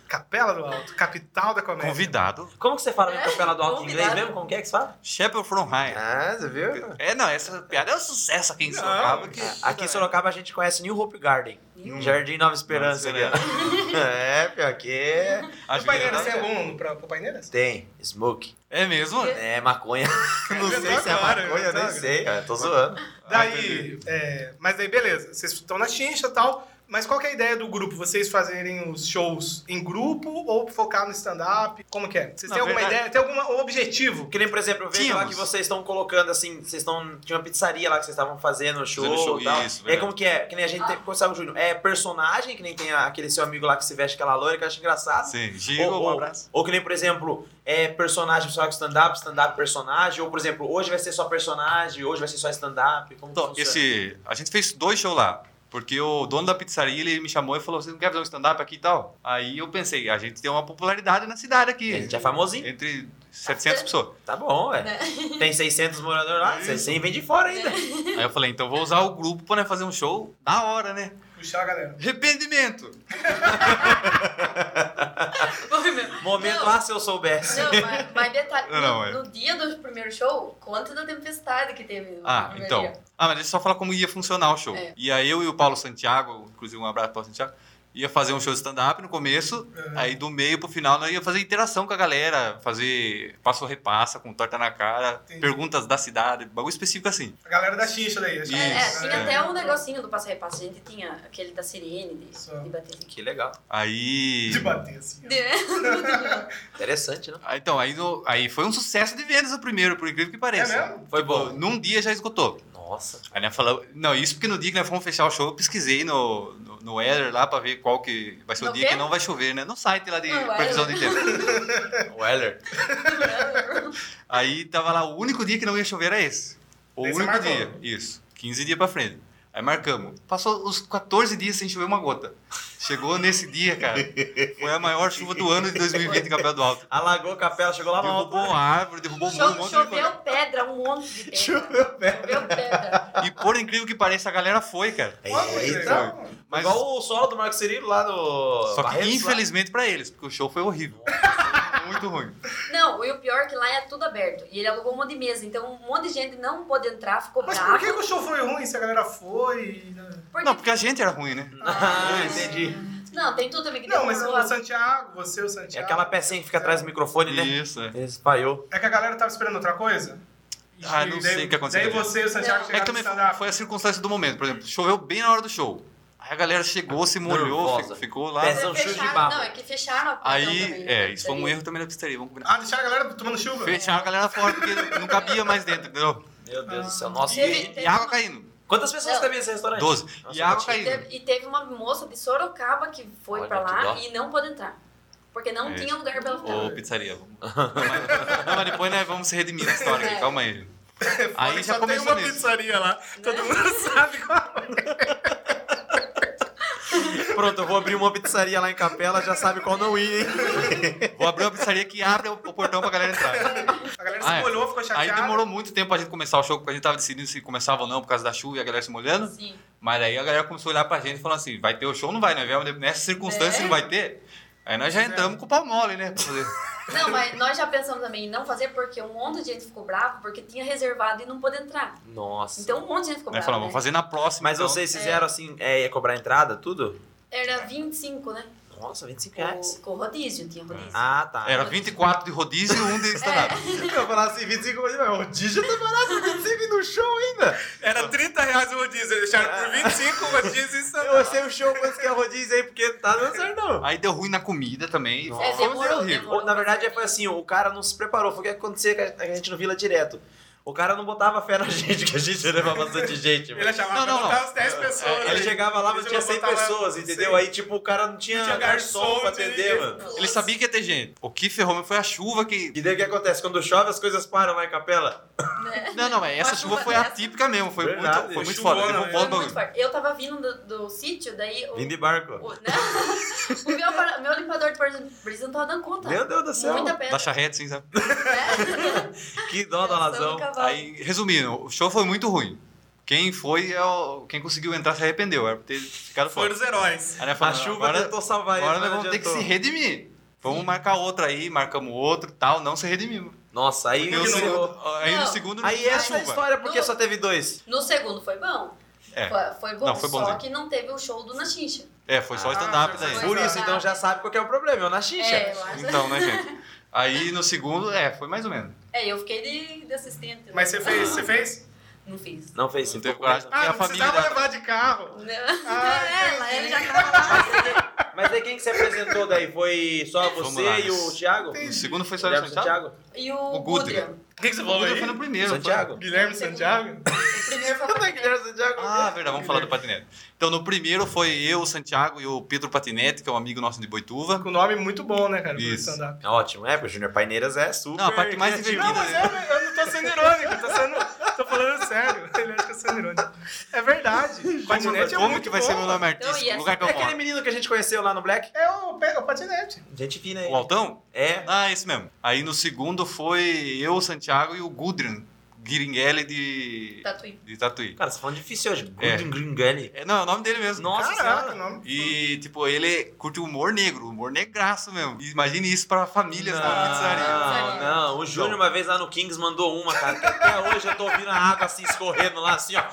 S1: Capela do Alto, capital da comédia.
S4: Convidado.
S2: Como que você fala mesmo capela do alto em inglês
S3: É, Convidado.
S2: mesmo? Como que é que você fala?
S4: Shepherd from High.
S2: Ah, você viu?
S4: É, não, essa piada é um sucesso aqui em
S1: Não,
S4: Sorocaba.
S1: que-
S4: Que...
S2: Aqui em Sorocaba a gente conhece New Hope Garden.
S4: Hum.
S2: Jardim Nova Esperança. né?
S4: Nova
S2: aqui, ó. é, pior que é.
S1: O
S4: Acho que
S1: Paineiras,
S4: é,
S1: você é aluno pra, pro Paineiras?
S2: Tem. Smoke.
S4: é mesmo?
S2: É maconha. Não
S1: Inventou
S2: sei se é
S1: agora,
S2: maconha,
S1: inventou
S2: nem
S1: agora.
S2: sei. Eu tô zoando.
S1: Daí, é, mas daí beleza, vocês estão na chincha e tal, mas qual que é a ideia do grupo? Vocês fazerem os shows em grupo ou focar no stand-up? Como que é? Vocês
S4: Na
S1: têm alguma
S4: verdade-
S1: ideia, tem algum objetivo?
S2: Que nem, por exemplo, eu vejo lá
S4: Tínhamos.
S2: que vocês estão colocando assim, vocês estão. Tinha uma pizzaria lá que vocês estavam fazendo show.
S4: Fazendo show,
S2: e tal.
S4: isso,
S2: e aí,
S4: verdade.
S2: como que é? Que nem a gente tem. Como sabe o Júnior? É personagem, que nem tem a- aquele seu amigo lá que se veste aquela loira que eu acho engraçado.
S4: Sim, Gigo,
S2: Ou-
S4: um
S2: ou-
S4: abraço.
S2: Ou que nem, por exemplo, é personagem só com stand-up, stand-up personagem. Ou, por exemplo, hoje vai ser só personagem, hoje vai ser só stand-up. Como
S4: Então,
S2: que funciona?
S4: esse, a gente fez dois shows lá. Porque o dono da pizzaria, ele me chamou e falou, você não quer fazer um stand-up aqui e tal? Aí eu pensei, a gente tem uma popularidade na cidade aqui.
S2: A gente é famosinho.
S4: Entre 700 pessoas.
S2: Tá bom, é.
S5: né?
S2: Tem 600 moradores lá, 600 vem de fora ainda.
S4: Aí eu falei, então vou usar o grupo pra né, fazer um show da hora, né?
S1: Puxar a galera.
S4: Arrependimento!
S5: Foi meu.
S2: Momento,
S5: Não.
S2: ah, se eu soubesse.
S5: Não, mas, mas detalhe,
S4: Não, não,
S5: no,
S4: é.
S5: no dia do primeiro show, conta da tempestade que teve. no
S4: Ah,
S5: primeiro
S4: então.
S5: dia.
S4: Ah, mas deixa eu só falar como ia funcionar o show.
S5: É.
S4: E aí eu e o Paulo Santiago, inclusive um abraço pro Paulo Santiago, ia fazer um show de stand-up no começo,
S1: É.
S4: aí do meio pro final nós ia fazer interação com a galera, fazer passo repassa com torta na cara,
S1: Entendi.
S4: perguntas da cidade, bagulho específico assim.
S1: A galera da chincha daí. acho que a
S4: Isso,
S5: É, é, tinha
S1: galera-
S4: é.
S5: até um negocinho do passo a repasso. A gente tinha aquele da sirene, de,
S1: Só.
S5: de bater. assim.
S2: Que legal.
S4: Aí.
S1: De bater assim. ó.
S5: De-
S2: Interessante, né?
S4: Ah, Então, aí, no- aí foi um sucesso de vendas o primeiro, por incrível que pareça.
S1: É mesmo?
S2: Foi
S4: Pô,
S2: bom.
S4: num dia já esgotou.
S2: Nossa.
S4: Aí nós falamos. Não, isso porque no dia que nós fomos fechar o show, eu pesquisei no, no, no weather lá pra ver qual que vai ser o
S5: No
S4: dia
S5: quê?
S4: que não vai chover, né? No site lá de
S5: No weather.
S4: previsão de tempo.
S2: Weller.
S4: Aí tava lá, o único dia que não ia chover era esse. O
S1: Daí você
S4: único
S1: marcou.
S4: dia. Isso. 15 dias pra frente. Aí marcamos. Passou os 14 dias sem chover uma gota. Chegou nesse dia, cara. Foi a maior chuva do ano de 2020 em Capela do Alto.
S2: Alagou a capela, chegou lá no alto.
S4: Derrubou a árvore, derrubou um
S5: Cho-
S4: monte de coisa.
S5: choveu pedra, um monte de pedra. Choveu pedra.
S4: E por incrível que pareça, a galera foi, cara.
S2: É
S1: Pô, que
S2: Eita.
S1: legal, mano.
S4: Mas
S2: Igual o solo do Marco Cirilo lá no.
S4: só que
S2: Barretos, lá.
S4: infelizmente pra eles, porque o show foi horrível. Muito ruim.
S5: Não, e o pior é que lá é tudo aberto. E ele alugou um monte de mesa, então um monte de gente não pôde entrar, ficou
S1: Mas
S5: bravo.
S1: por que que o show foi ruim se a galera foi? e-
S5: Porque-
S4: Não, porque a gente era ruim, né?
S2: Ah, entendi.
S5: Não, tem tudo também que
S1: Não,
S5: tem
S1: mas o
S5: problema.
S1: Santiago, você, o
S2: É
S1: Santiago.
S2: aquela pecinha que fica atrás do microfone, né?
S4: Isso, é.
S2: Ele espalhou.
S1: É que a galera tava esperando outra coisa?
S4: Ah,
S1: E
S4: não
S1: daí-
S4: sei o que aconteceu.
S1: Daí você e o Santiago
S5: Não.
S4: É que
S1: chegaram no
S4: também
S1: stand-up.
S4: foi a circunstância do momento. Por exemplo, choveu bem na hora do show. Aí a galera chegou, se molhou,
S2: Nervosa.
S4: fi- ficou lá.
S2: Peça- São chutes de
S5: fecharam,
S2: barro.
S5: não, é que fecharam a porta
S4: Aí,
S5: também,
S4: é,
S5: né,
S4: isso foi um
S5: daí.
S4: erro também da pistaria, vamos combinar.
S1: Ah, deixaram a galera tomando chuva?
S4: Fecharam a galera fora porque não cabia mais dentro, entendeu?
S2: Meu Deus do céu. Nossa.
S5: Teve-
S4: E, e água caindo.
S2: Quantas pessoas
S5: Não.
S2: cabem nesse restaurante?
S4: 12.
S2: Nossa,
S4: e água
S2: bati.
S5: E
S4: caindo.
S5: teve- E teve uma moça de Sorocaba que foi
S2: Olha,
S5: pra
S2: que
S5: lá
S2: dó.
S5: e não pôde entrar. Porque não
S4: É.
S5: tinha lugar pra ela ficar.
S4: Ô, pizzaria. vamos- Não, mas depois né, vamos se redimir na história aqui, calma aí. Aí já
S1: É. Só tem
S4: começou
S1: uma
S4: nisso.
S1: pizzaria lá. Todo mundo sabe qual
S2: Pronto, eu vou abrir uma pizzaria lá em Capela, já sabe qual não ir, hein?
S4: Vou abrir uma pizzaria que abre o o portão pra galera entrar.
S1: A galera
S4: Ah,
S1: se
S4: é.
S1: molhou, ficou
S4: Aí
S1: chateada.
S4: demorou muito tempo pra gente começar o show, porque a gente tava decidindo se começava ou não por causa da chuva e a galera se molhando.
S5: Sim.
S4: Mas aí a galera começou a olhar pra gente e falou assim: vai ter o show ou não vai, né? velho? Nessa circunstância
S5: É.
S4: não vai ter. Aí nós
S1: é.
S4: já entramos com o pau mole, né? pra fazer.
S5: Não, mas nós já pensamos também em não fazer porque um monte de gente ficou bravo porque tinha reservado e não pôde entrar.
S2: Nossa.
S5: Então um monte de gente ficou bravo.
S4: Nós falamos, vamos
S5: né?
S4: fazer na próxima.
S2: Mas
S4: então.
S2: vocês fizeram assim, é, ia cobrar entrada, tudo?
S5: Era 25, né?
S2: Nossa, 25 reais.
S5: Com, com rodízio, tinha rodízio.
S2: Ah, tá.
S4: Era 24 de rodízio e
S1: É.
S4: um de stand-up.
S2: Eu falar assim, 25 reais. O Digi tá barato, 25 no show ainda.
S1: Era 30 reais o rodízio, eles deixaram por 25 o rodízio e
S2: Eu achei o show quanto que é rodízio aí, porque não tá dando certo, não.
S4: Aí deu ruim na comida também.
S2: Nossa.
S5: É,
S4: Foi um
S5: demorou,
S4: horrível.
S5: demorou.
S2: Ou, na verdade, foi assim, o cara não se preparou. Foi o que acontecia que a a gente não vila direto. O cara não botava fé na gente, que a gente ia levar bastante gente.
S1: Ele
S2: mano.
S1: achava
S4: Não,
S1: que
S4: não, não.
S1: botar as 10 pessoas.
S2: Ele
S1: aí.
S2: chegava lá, mas
S1: Eles
S2: tinha
S1: não
S2: 100
S1: botavam-
S2: pessoas, entendeu?
S1: Sim.
S2: Aí, tipo, o cara não tinha,
S1: tinha
S2: garçom,
S1: garçom,
S2: pra
S1: tinha
S2: atender,
S1: ninguém.
S2: mano.
S4: Ele sabia que ia ter gente. O que ferrou mesmo foi a chuva que.
S2: E daí o que acontece? Quando chove, as coisas param lá em capela.
S4: Não, não, mas essa
S5: Uma
S4: chuva
S5: chuva
S4: foi
S5: dessa.
S4: atípica mesmo. Foi
S2: Verdade,
S4: muito, foi muito
S1: chuvona,
S4: foda. Derrubou
S1: né?
S4: o
S5: Foi muito
S4: bagulho.
S5: forte. Eu tava vindo do, do sítio, daí o,
S2: Vim de barco.
S5: o, né? o meu, apara- meu limpador de parabéns- brisa não tava dando conta.
S2: Meu Deus do céu.
S5: Muita pedra.
S4: Da charrete, sim, sabe?
S2: Que dó da
S5: Só
S2: razão.
S5: no cavalo.
S4: Aí, resumindo, o show foi muito ruim. Quem foi, é o... quem conseguiu entrar se arrependeu. Era pra ter ficado
S1: Foram
S4: fora.
S1: os heróis.
S4: Aí nós
S2: É, A
S4: falamos,
S2: chuva
S4: agora-
S2: tentou salvar ele.
S4: Agora
S2: mas
S4: nós
S2: não
S4: vamos ter que se
S2: adiantou.
S4: redimir. Vamos marcar outra aí, marcamos outro tal, não se redimimos.
S2: Nossa, aí
S4: Porque o
S2: o
S4: segundo- aí no
S5: Não.
S4: segundo não
S2: Aí
S4: tinha
S2: essa é a
S4: chuva.
S2: história, porque só teve dois.
S5: No segundo foi bom.
S4: É.
S5: Foi, foi bom,
S4: Não, foi
S5: só
S4: bonzinho.
S5: que não teve o show do Nachincha.
S4: É, foi só
S2: Ah,
S4: stand-up
S5: foi
S4: daí.
S2: Por isso,
S5: Ah.
S2: então já sabe qual que é o problema, é o Naxixa.
S5: É, eu acho.
S4: Então, né, gente? Aí no segundo, é, foi mais ou menos.
S5: É, eu fiquei de, de assistente. né?
S1: Mas você fez? Você fez?
S5: Não fiz.
S2: Não fez
S4: Não
S2: sim.
S4: teve
S2: ficou
S4: coragem.
S2: com
S1: Ah,
S4: É a
S1: não
S4: família
S1: precisava
S4: da-
S1: levar de carro.
S5: Não.
S1: Ah,
S5: É, ela,
S1: entendi.
S5: ela já tava lá.
S2: mais. Mas aí quem que se apresentou daí? Foi só
S4: Vamos
S2: você
S4: lá.
S2: e o Thiago?
S4: No segundo foi só
S2: Guilherme
S4: o Santiago.
S2: Santiago?
S5: E o,
S4: O Gudria.
S5: Gudria.
S1: O que, que você
S4: O
S1: falou
S4: Gudra foi no
S1: aí?
S4: primeiro. foi-
S2: Santiago?
S1: Guilherme Santiago?
S5: O primeiro foi pra
S2: Guilherme Santiago.
S4: Ah, verdade, vamos falar do patinete. Então, no primeiro foi eu, o Santiago e o Pedro Patinete, que é um amigo nosso de Boituva.
S1: Com um nome muito bom, né, cara? pro
S4: Isso.
S1: stand-up.
S2: Ótimo, é, porque o Júnior Paineiras é super.
S4: Não, é a parte mais
S2: criativo. né?
S1: Não,
S4: divertida,
S1: mas eu, eu não tô sendo irônico, eu tô, sendo, tô falando sério. Ele acha que eu sou irônico. É verdade. Patinete é
S4: Como
S1: muito
S4: que vai
S1: bom.
S4: ser meu nome
S5: Então,
S4: artístico?
S5: e
S4: O lugar que
S2: É
S4: eu
S2: aquele
S4: moro.
S2: menino que a gente conheceu lá no Black?
S1: É o, pe- o patinete.
S2: Gente fina aí.
S4: O Altão?
S2: É.
S4: Ah, esse mesmo. Aí no segundo foi eu, o Santiago e o Gudrun Giringuele de,
S5: Tatuí.
S4: de Tatuí.
S2: Cara, você tá falando difícil hoje.
S4: É.
S2: Gudrun Gringelli.
S4: É, não, é o nome dele mesmo.
S2: Nossa
S1: Caraca,
S2: senhora.
S1: o nome.
S4: E, tipo, ele curte o humor negro, humor negraço mesmo. Imagine isso pra famílias na pizzaria.
S2: Não, não, o Júnior uma vez lá no Kings mandou uma, cara. que Até hoje eu tô ouvindo a água assim escorrendo lá, assim, ó.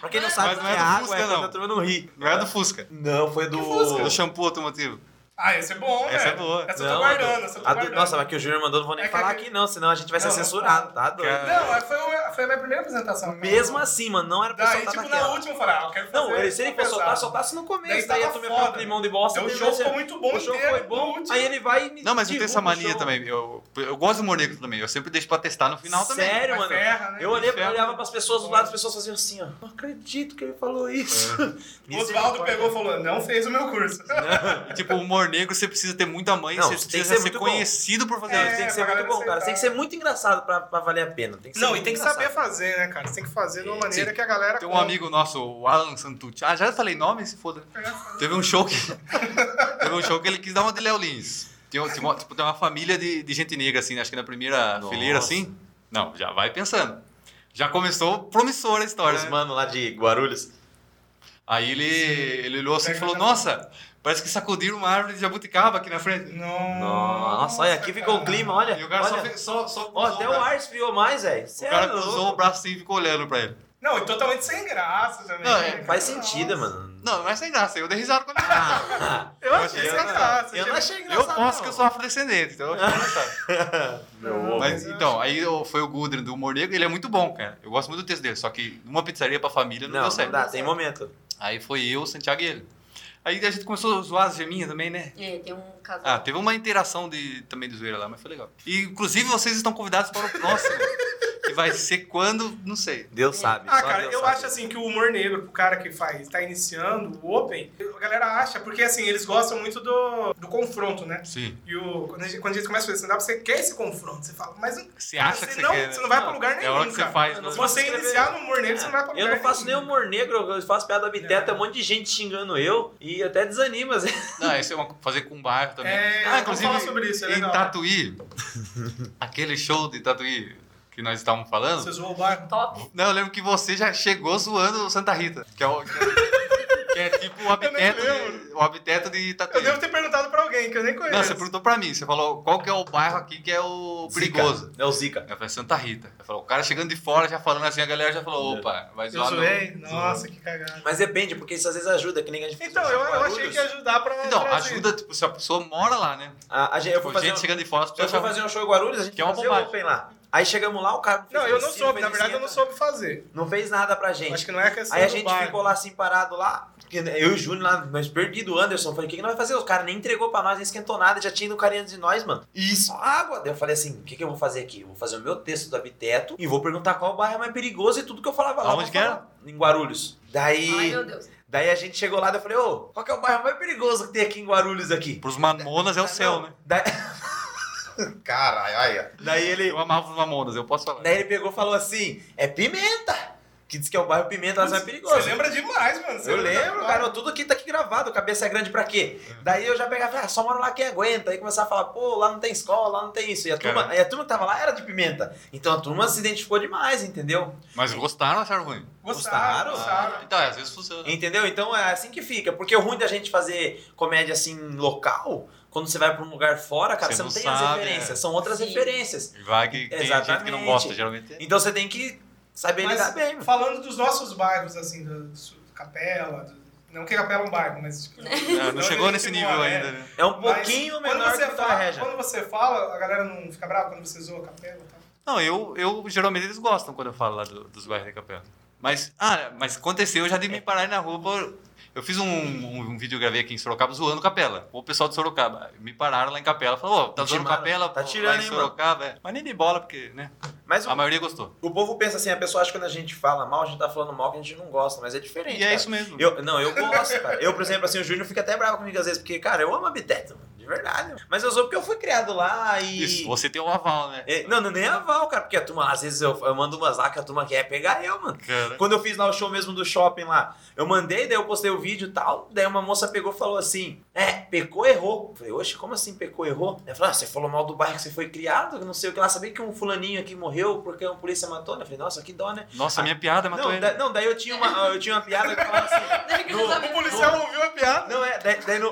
S2: Pra quem não sabe
S4: Mas
S2: o
S4: não
S2: que
S4: é
S2: é
S4: do
S2: água,
S4: Fusca,
S2: é quando
S4: não.
S2: a turma não ri.
S4: Não é do Fusca.
S2: Não, foi do.
S4: É do shampoo automotivo.
S1: Ah, essa é bom,
S4: Essa
S1: velho.
S4: é boa.
S1: Essa eu
S2: Não,
S1: tô
S2: a do-
S1: guardando, essa eu tô
S2: a do-
S1: guardando.
S2: Nossa, mas que o Júnior mandou, não vou nem
S1: É que-
S2: falar aqui não, senão a gente vai ser
S1: Não, não
S2: censurado, tá doido?
S4: Cara.
S1: Não, foi, foi a minha primeira apresentação. cara.
S2: Mesmo assim, mano, não era pra
S1: Daí,
S2: soltar
S1: tipo, na
S2: naquela.
S1: última eu falei, ah, eu quero fazer.
S2: Não, ele, se ele for
S1: pesado.
S2: soltar, soltasse no começo.
S1: Daí
S2: Daí a
S1: tava
S2: turma
S1: foda.
S2: fica com limão de bosta.
S1: Então, o
S2: ele
S1: show
S2: vai ser-
S1: ficou muito bom
S2: O show
S1: inteiro,
S2: foi bom.
S1: no último.
S2: Aí ele vai e me
S4: Não, mas eu tenho essa
S2: derruba o
S4: mania
S2: show.
S4: também. Eu, eu gosto do humor negro também. Eu sempre deixo pra testar no final também.
S2: Sério,
S1: Mas
S2: mano?
S1: ferra, né?
S2: Eu olhei,
S4: Ferra.
S2: eu olhava pras pessoas do lado, as pessoas faziam assim, ó. É. Não acredito que ele falou isso.
S1: O Oswaldo pegou e falou, não fez o meu curso.
S4: E, tipo, o humor negro você precisa ter muita mãe,
S2: Não,
S4: você
S2: você tem que
S4: precisa
S2: ser
S4: ser,
S2: muito bom.
S4: conhecido por fazer
S1: É,
S4: isso.
S2: tem que ser
S1: pra
S2: muito
S1: galera
S2: bom, cara. Tem que ser
S1: aceitar.
S2: muito engraçado pra, pra valer a pena. Tem que ser
S1: Não, e
S2: muito
S1: tem que
S2: engraçado.
S1: saber fazer, né, cara? Você tem que fazer de uma maneira
S4: Sim.
S1: que a galera.
S4: Tem um
S1: compre.
S4: amigo nosso, o Alan Santucci. Ah, já falei nome? Se foda. Teve um show que. teve um show que ele quis dar uma de Léo Lins. Tem, um- tem uma, tipo, tem uma família de, de gente negra, assim, acho que na primeira
S2: Nossa.
S4: fileira, assim. Não, já vai pensando. Já começou promissora a história.
S2: Os
S4: né?
S2: mano lá de Guarulhos.
S4: Aí ele, ele olhou assim e
S1: Pega
S4: falou:
S1: já-
S4: Nossa, parece que sacudiram uma árvore de jabuticaba aqui na frente.
S2: Nossa, olha, aqui ficou o clima, olha.
S4: E o cara só,
S2: É, olha.
S4: fez- só, só
S2: Ó,
S4: cruzou
S2: até
S4: o
S2: o
S4: braço.
S2: ar esfriou mais, velho. é
S4: O cara cruzou o braço assim e ficou olhando pra ele.
S1: Não, e totalmente sem graça também.
S4: Não,
S1: né,
S4: é,
S1: cara?
S2: Faz sentido, mano.
S4: Não, não é sem graça, eu dei risada com ele.
S1: Eu achei
S4: Eu
S1: sem
S4: não-
S1: graça.
S2: Eu não
S1: achei-
S2: achei engraçado.
S4: Eu posso que eu sou afrodescendente, então eu achei engraçado.
S2: Não,
S4: Mas então, aí eu- foi o Gudrun do Humor Negro, ele é muito bom, cara. Eu gosto muito do texto dele, só que uma pizzaria pra família não,
S2: não,
S4: deu
S2: não
S4: certo.
S2: dá, tem momento.
S4: Aí foi eu, o Santiago e ele. Aí a gente começou a zoar as geminhas também, né?
S5: É, tem um casal.
S4: Ah, teve uma interação de, também de zoeira lá, mas foi legal. E, inclusive, vocês estão convidados para o próximo, que vai ser quando, não sei.
S2: Deus sabe.
S1: Ah,
S2: só
S1: cara,
S2: Deus
S1: eu
S2: sabe.
S1: acho assim que o humor negro pro cara que faz, tá iniciando o Open, a galera acha, porque assim, eles gostam muito do, do confronto, né?
S4: Sim.
S1: E o, quando, a gente, quando a gente começa a fazer assim, stand-up, você quer esse confronto. Você fala, mas não-
S4: Você acha
S1: você
S4: que você
S1: não,
S4: quer, né?
S1: você não vai pra lugar
S4: É a
S1: nenhum,
S4: hora que você
S1: cara.
S4: faz,
S1: Se
S4: né?
S1: você
S2: Escrever-
S1: iniciar no humor negro, você não vai pra lugar
S2: Eu não faço nem
S1: nenhum.
S2: humor negro, eu faço piada
S4: É.
S2: biteta, um monte de gente xingando eu e até desanima. às vezes.
S4: Não, esse é uma, fazer com bairro também.
S1: É,
S4: ah,
S1: vamos falar sobre isso, é
S4: em
S1: legal.
S4: Tatuí, aquele show de Tatuí que nós estávamos falando,
S1: Você zoou o
S2: Ah,
S1: bairro.
S5: Top.
S4: Não, eu lembro que você já chegou zoando o Santa Rita, que é, o, que é- que é tipo o abteto, de, o abteto de
S1: Eu
S4: Tatuí.
S1: devo ter perguntado pra alguém que eu nem conheço.
S4: Não, você perguntou pra mim, você falou qual que é o bairro aqui que é o perigoso.
S2: É o Zika.
S4: Eu falei, Santa Rita. Eu falei, o cara chegando de fora já falando assim, a galera já
S2: É.
S4: falou, opa, vai
S1: Eu
S4: zoar no...
S1: zoei? Nossa, que cagada.
S2: Mas depende, porque isso às vezes ajuda, que nem a gente fez
S1: Então,
S2: hoje
S1: eu,
S2: em
S1: eu achei
S2: Guarulhos.
S1: que ia ajudar pra.
S4: Então,
S1: trazer.
S4: ajuda, tipo, se a pessoa mora lá, né?
S2: A, a gente, É, eu
S4: Tipo,
S2: fui fazer,
S4: gente
S2: um,
S4: chegando de fora, as
S2: eu
S4: pessoas
S2: fui
S4: já...
S2: fazer um show em Guarulhos, a gente
S4: Que é uma
S2: fazia
S4: bobagem.
S2: open lá. Aí chegamos lá, o cara fez
S1: Não, eu não
S2: piscina,
S1: soube.
S2: fez
S1: Na verdade, eu não
S2: esquenta.
S1: soube fazer.
S2: Não fez nada pra
S1: Acho
S2: gente.
S1: que não é questão
S2: Aí a
S1: do
S2: gente
S1: bairro.
S2: ficou lá assim, parado lá. porque Eu e o Júnior lá, nós perdido, o Anderson. Falei, o que, que nós vai fazer? Os caras nem entregou pra nós, nem esquentou nada, já tinha ido o carinha de nós, mano. E só água. Daí eu falei assim: o que, que eu vou fazer aqui? Eu vou fazer o meu texto do Abiteto e vou perguntar qual bairro é mais perigoso e tudo que eu falava lá.
S4: Aonde
S2: eu vou
S4: que era?
S2: falar. Em Guarulhos. Daí.
S5: Ai, meu Deus.
S2: Daí a gente chegou lá e eu falei, ô, qual que é o bairro mais perigoso que tem aqui em Guarulhos aqui?
S4: Pros mamonas é o
S2: Não,
S4: céu, né?
S2: Daí... Caralho, olha. Daí ele, Né?
S4: Eu amava os mamonas, eu posso falar.
S2: daí ele pegou e falou assim, é Pimenta, que diz que é o bairro Pimenta, mas é perigoso.
S1: Você lembra demais, mano. Você
S2: Eu
S1: lembra
S2: lembro,
S1: da-
S2: cara, não, tudo aqui tá aqui gravado, cabeça é grande pra quê?
S4: Uhum.
S2: Daí eu já pegava, ah, só mora lá quem aguenta. Aí começava a falar, pô, lá não tem escola, lá não tem isso. E a turma,
S4: Cara.
S2: aí a turma que tava lá era de Pimenta. Então a turma se identificou demais, entendeu?
S4: Mas gostaram ou acharam ruim?
S1: Gostaram,
S2: Gostaram?
S1: gostaram.
S4: Então, é, às
S1: Uhum.
S4: vezes funciona.
S2: Entendeu? Então é assim que fica. Porque o ruim da gente fazer comédia assim local, Quando você vai pra um lugar fora, cara, você
S4: Você
S2: não,
S4: não
S2: tem as
S4: sabe,
S2: referências,
S4: é.
S2: são outras
S5: Sim.
S2: referências.
S4: Vai que tem gente que não
S2: Exatamente.
S4: gosta, geralmente é.
S2: Então você tem que saber
S1: Mas-
S2: lidar bem. mano.
S1: Falando dos nossos bairros, assim, do, do- Capela, do- não que Capela é um bairro, mas tipo,
S4: Não, não
S1: Então,
S4: chegou
S1: gente,
S4: nesse
S1: boa,
S4: nível
S1: né?
S4: ainda, né?
S2: É um
S1: Mas
S2: pouquinho
S1: quando
S2: menor que
S1: você
S2: o
S1: fala,
S2: Torre Regia.
S1: Quando você fala, a galera não fica brava quando você zoa a capela tá? e tal.
S4: Não, eu, eu geralmente eles gostam quando eu falo lá do- dos bairros da capela. Mas, ah, mas aconteceu já de me parar na rua. por- Eu fiz um, um, um vídeo, eu gravei aqui em Sorocaba zoando capela. O pessoal de Sorocaba me pararam lá em capela. Falou, ó, tá
S2: Te
S4: zoando
S2: mara-
S4: capela,
S2: tá
S4: pô,
S2: tirando,
S4: lá em
S2: hein, mano?
S4: Sorocaba. é. Mas nem de bola, porque, né?
S2: Mas o,
S4: A maioria gostou.
S2: o povo pensa assim, a pessoa acha que quando a gente fala mal, a gente tá falando mal que a gente não gosta, mas é diferente.
S4: E é
S2: cara.
S4: isso mesmo.
S2: Eu, não, eu gosto, cara. Eu, por exemplo, assim, o Júnior fica até bravo comigo às vezes, porque, cara, eu amo a Biteto, mano, de verdade. mano. Mas eu sou porque eu fui criado lá e.
S4: Isso, você tem o aval, né?
S2: É, não, não, nem aval, cara, porque a turma, às vezes eu, eu mando umas lá que a turma quer pegar eu, mano.
S4: Cara.
S2: Quando eu fiz lá o show mesmo do shopping lá, eu mandei, daí eu postei o vídeo e tal. Daí uma moça pegou e falou assim: É, pecou, errou. Eu falei, oxe, como assim pecou, errou? Ela falou: ah, você falou mal do bairro que você foi criado, não sei o que lá. Sabia que um fulaninho aqui morreu porque uma polícia matou? né? Eu falei, nossa, que dó, né?
S4: Nossa, minha piada matou
S2: Não,
S4: ele.
S2: da- não, daí eu tinha uma, eu tinha uma piada que falava assim. no-
S1: O policial ouviu a piada.
S2: Não, é, daí, daí no-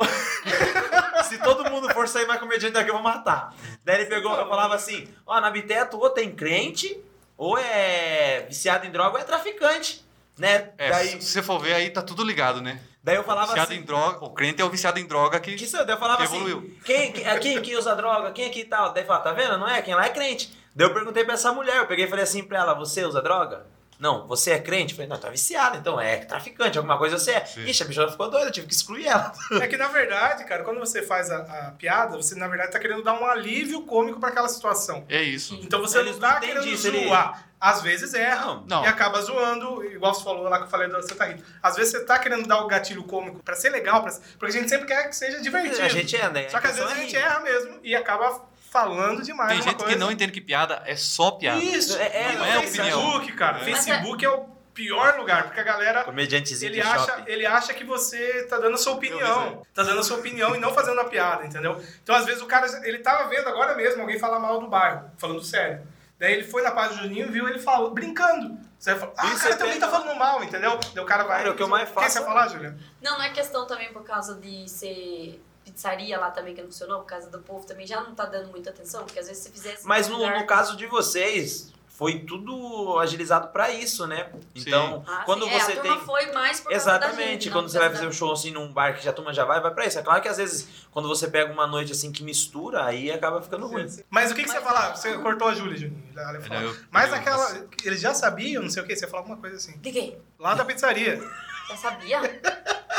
S2: Se todo mundo for sair mais comediante daqui, eu vou matar. Daí ele pegou e falava assim: ó, na Biteto ou tem crente, ou é viciado em droga, ou é traficante. Né?
S4: É,
S2: daí,
S4: se você for ver aí, tá tudo ligado, né?
S2: daí eu falava
S4: Viciado
S2: assim.
S4: em droga, o crente é o viciado em droga que,
S2: Que isso, daí eu falava assim.
S4: evoluiu.
S2: Quem, quem, quem que usa droga? Quem aqui e tal? Daí fala, tá vendo? Não é? Quem lá é crente. Daí eu perguntei pra essa mulher, eu peguei e falei assim pra ela: você usa droga? Não, você é crente? Eu falei, não, tá viciado, então é traficante, alguma coisa você é.
S4: Sim.
S2: Ixi, a bicha ficou doida, eu tive que excluir ela.
S1: É que, na verdade, cara, quando você faz a, a piada, você, na verdade, tá querendo dar um alívio cômico pra aquela situação.
S4: É isso.
S1: Então você
S2: Eles
S1: não tá
S2: não têm
S1: querendo
S2: disso, ele-
S1: zoar. Às vezes erra.
S2: Não,
S4: não.
S1: E acaba zoando, igual você falou lá que eu falei da Santa Rita. Às vezes você tá querendo dar o gatilho cômico pra ser legal, pra... porque a gente sempre quer que seja divertido.
S2: A gente é, né?
S1: Só que às vezes
S2: intenção
S1: a
S2: é
S1: gente
S2: rir.
S1: erra mesmo e acaba falando demais. é
S4: Tem
S1: uma
S4: gente que
S1: coisa.
S4: não entende que piada é só piada.
S1: Isso,
S2: É, é,
S1: e no
S4: não é
S1: Facebook, cara.
S4: É.
S1: Facebook é o pior lugar, porque a galera
S2: Comediantezinho
S1: ele
S2: de
S1: acha,
S2: shopping.
S1: ele acha que você tá dando a sua
S4: Eu
S1: opinião.
S2: é.
S1: Tá dando a sua opinião e não fazendo a piada, entendeu? Então, às vezes, o cara, ele tava vendo agora mesmo alguém falar mal do bairro, falando sério. Daí ele foi na página do Juninho e viu ele falou, brincando. Você vai falar, ah,
S2: Isso
S1: o cara
S2: é
S1: também
S2: pega-
S1: tá falando mal, entendeu? Daí o cara vai.
S2: Cara, o que eu mais
S1: Quem
S2: faço
S1: você
S2: é-
S1: vai falar, Julia?
S5: Não, não é questão também por causa de ser pizzaria lá também que não funcionou, por causa do povo também já não tá dando muita atenção, porque às vezes se fizesse.
S2: Mas
S5: em
S2: no,
S5: lugar-
S2: no caso de vocês, foi tudo agilizado pra isso, né?
S4: Sim.
S2: Então,
S5: Ah, sim.
S2: quando
S5: É,
S2: você
S5: a turma
S2: tem.
S5: foi mais por causa da
S2: Exatamente,
S5: gente, não
S2: quando
S5: por
S2: você vai
S5: causa
S2: fazer
S5: da-
S2: um show assim num bar que já a turma já vai, vai pra isso. É claro que às vezes, quando você pega uma noite assim que mistura, aí acaba ficando ruim.
S1: Mas o que, que você
S5: Mas-
S1: ia falar? Você cortou a Júlia, Juninho. Ela- ela ia falar.
S4: Era eu-
S1: Mas
S4: eu-
S1: aquela.
S4: nossa.
S1: Eles já sabiam, não sei o que, você ia falar alguma coisa assim.
S5: Que que?
S1: Lá da pizzaria.
S5: Já sabia?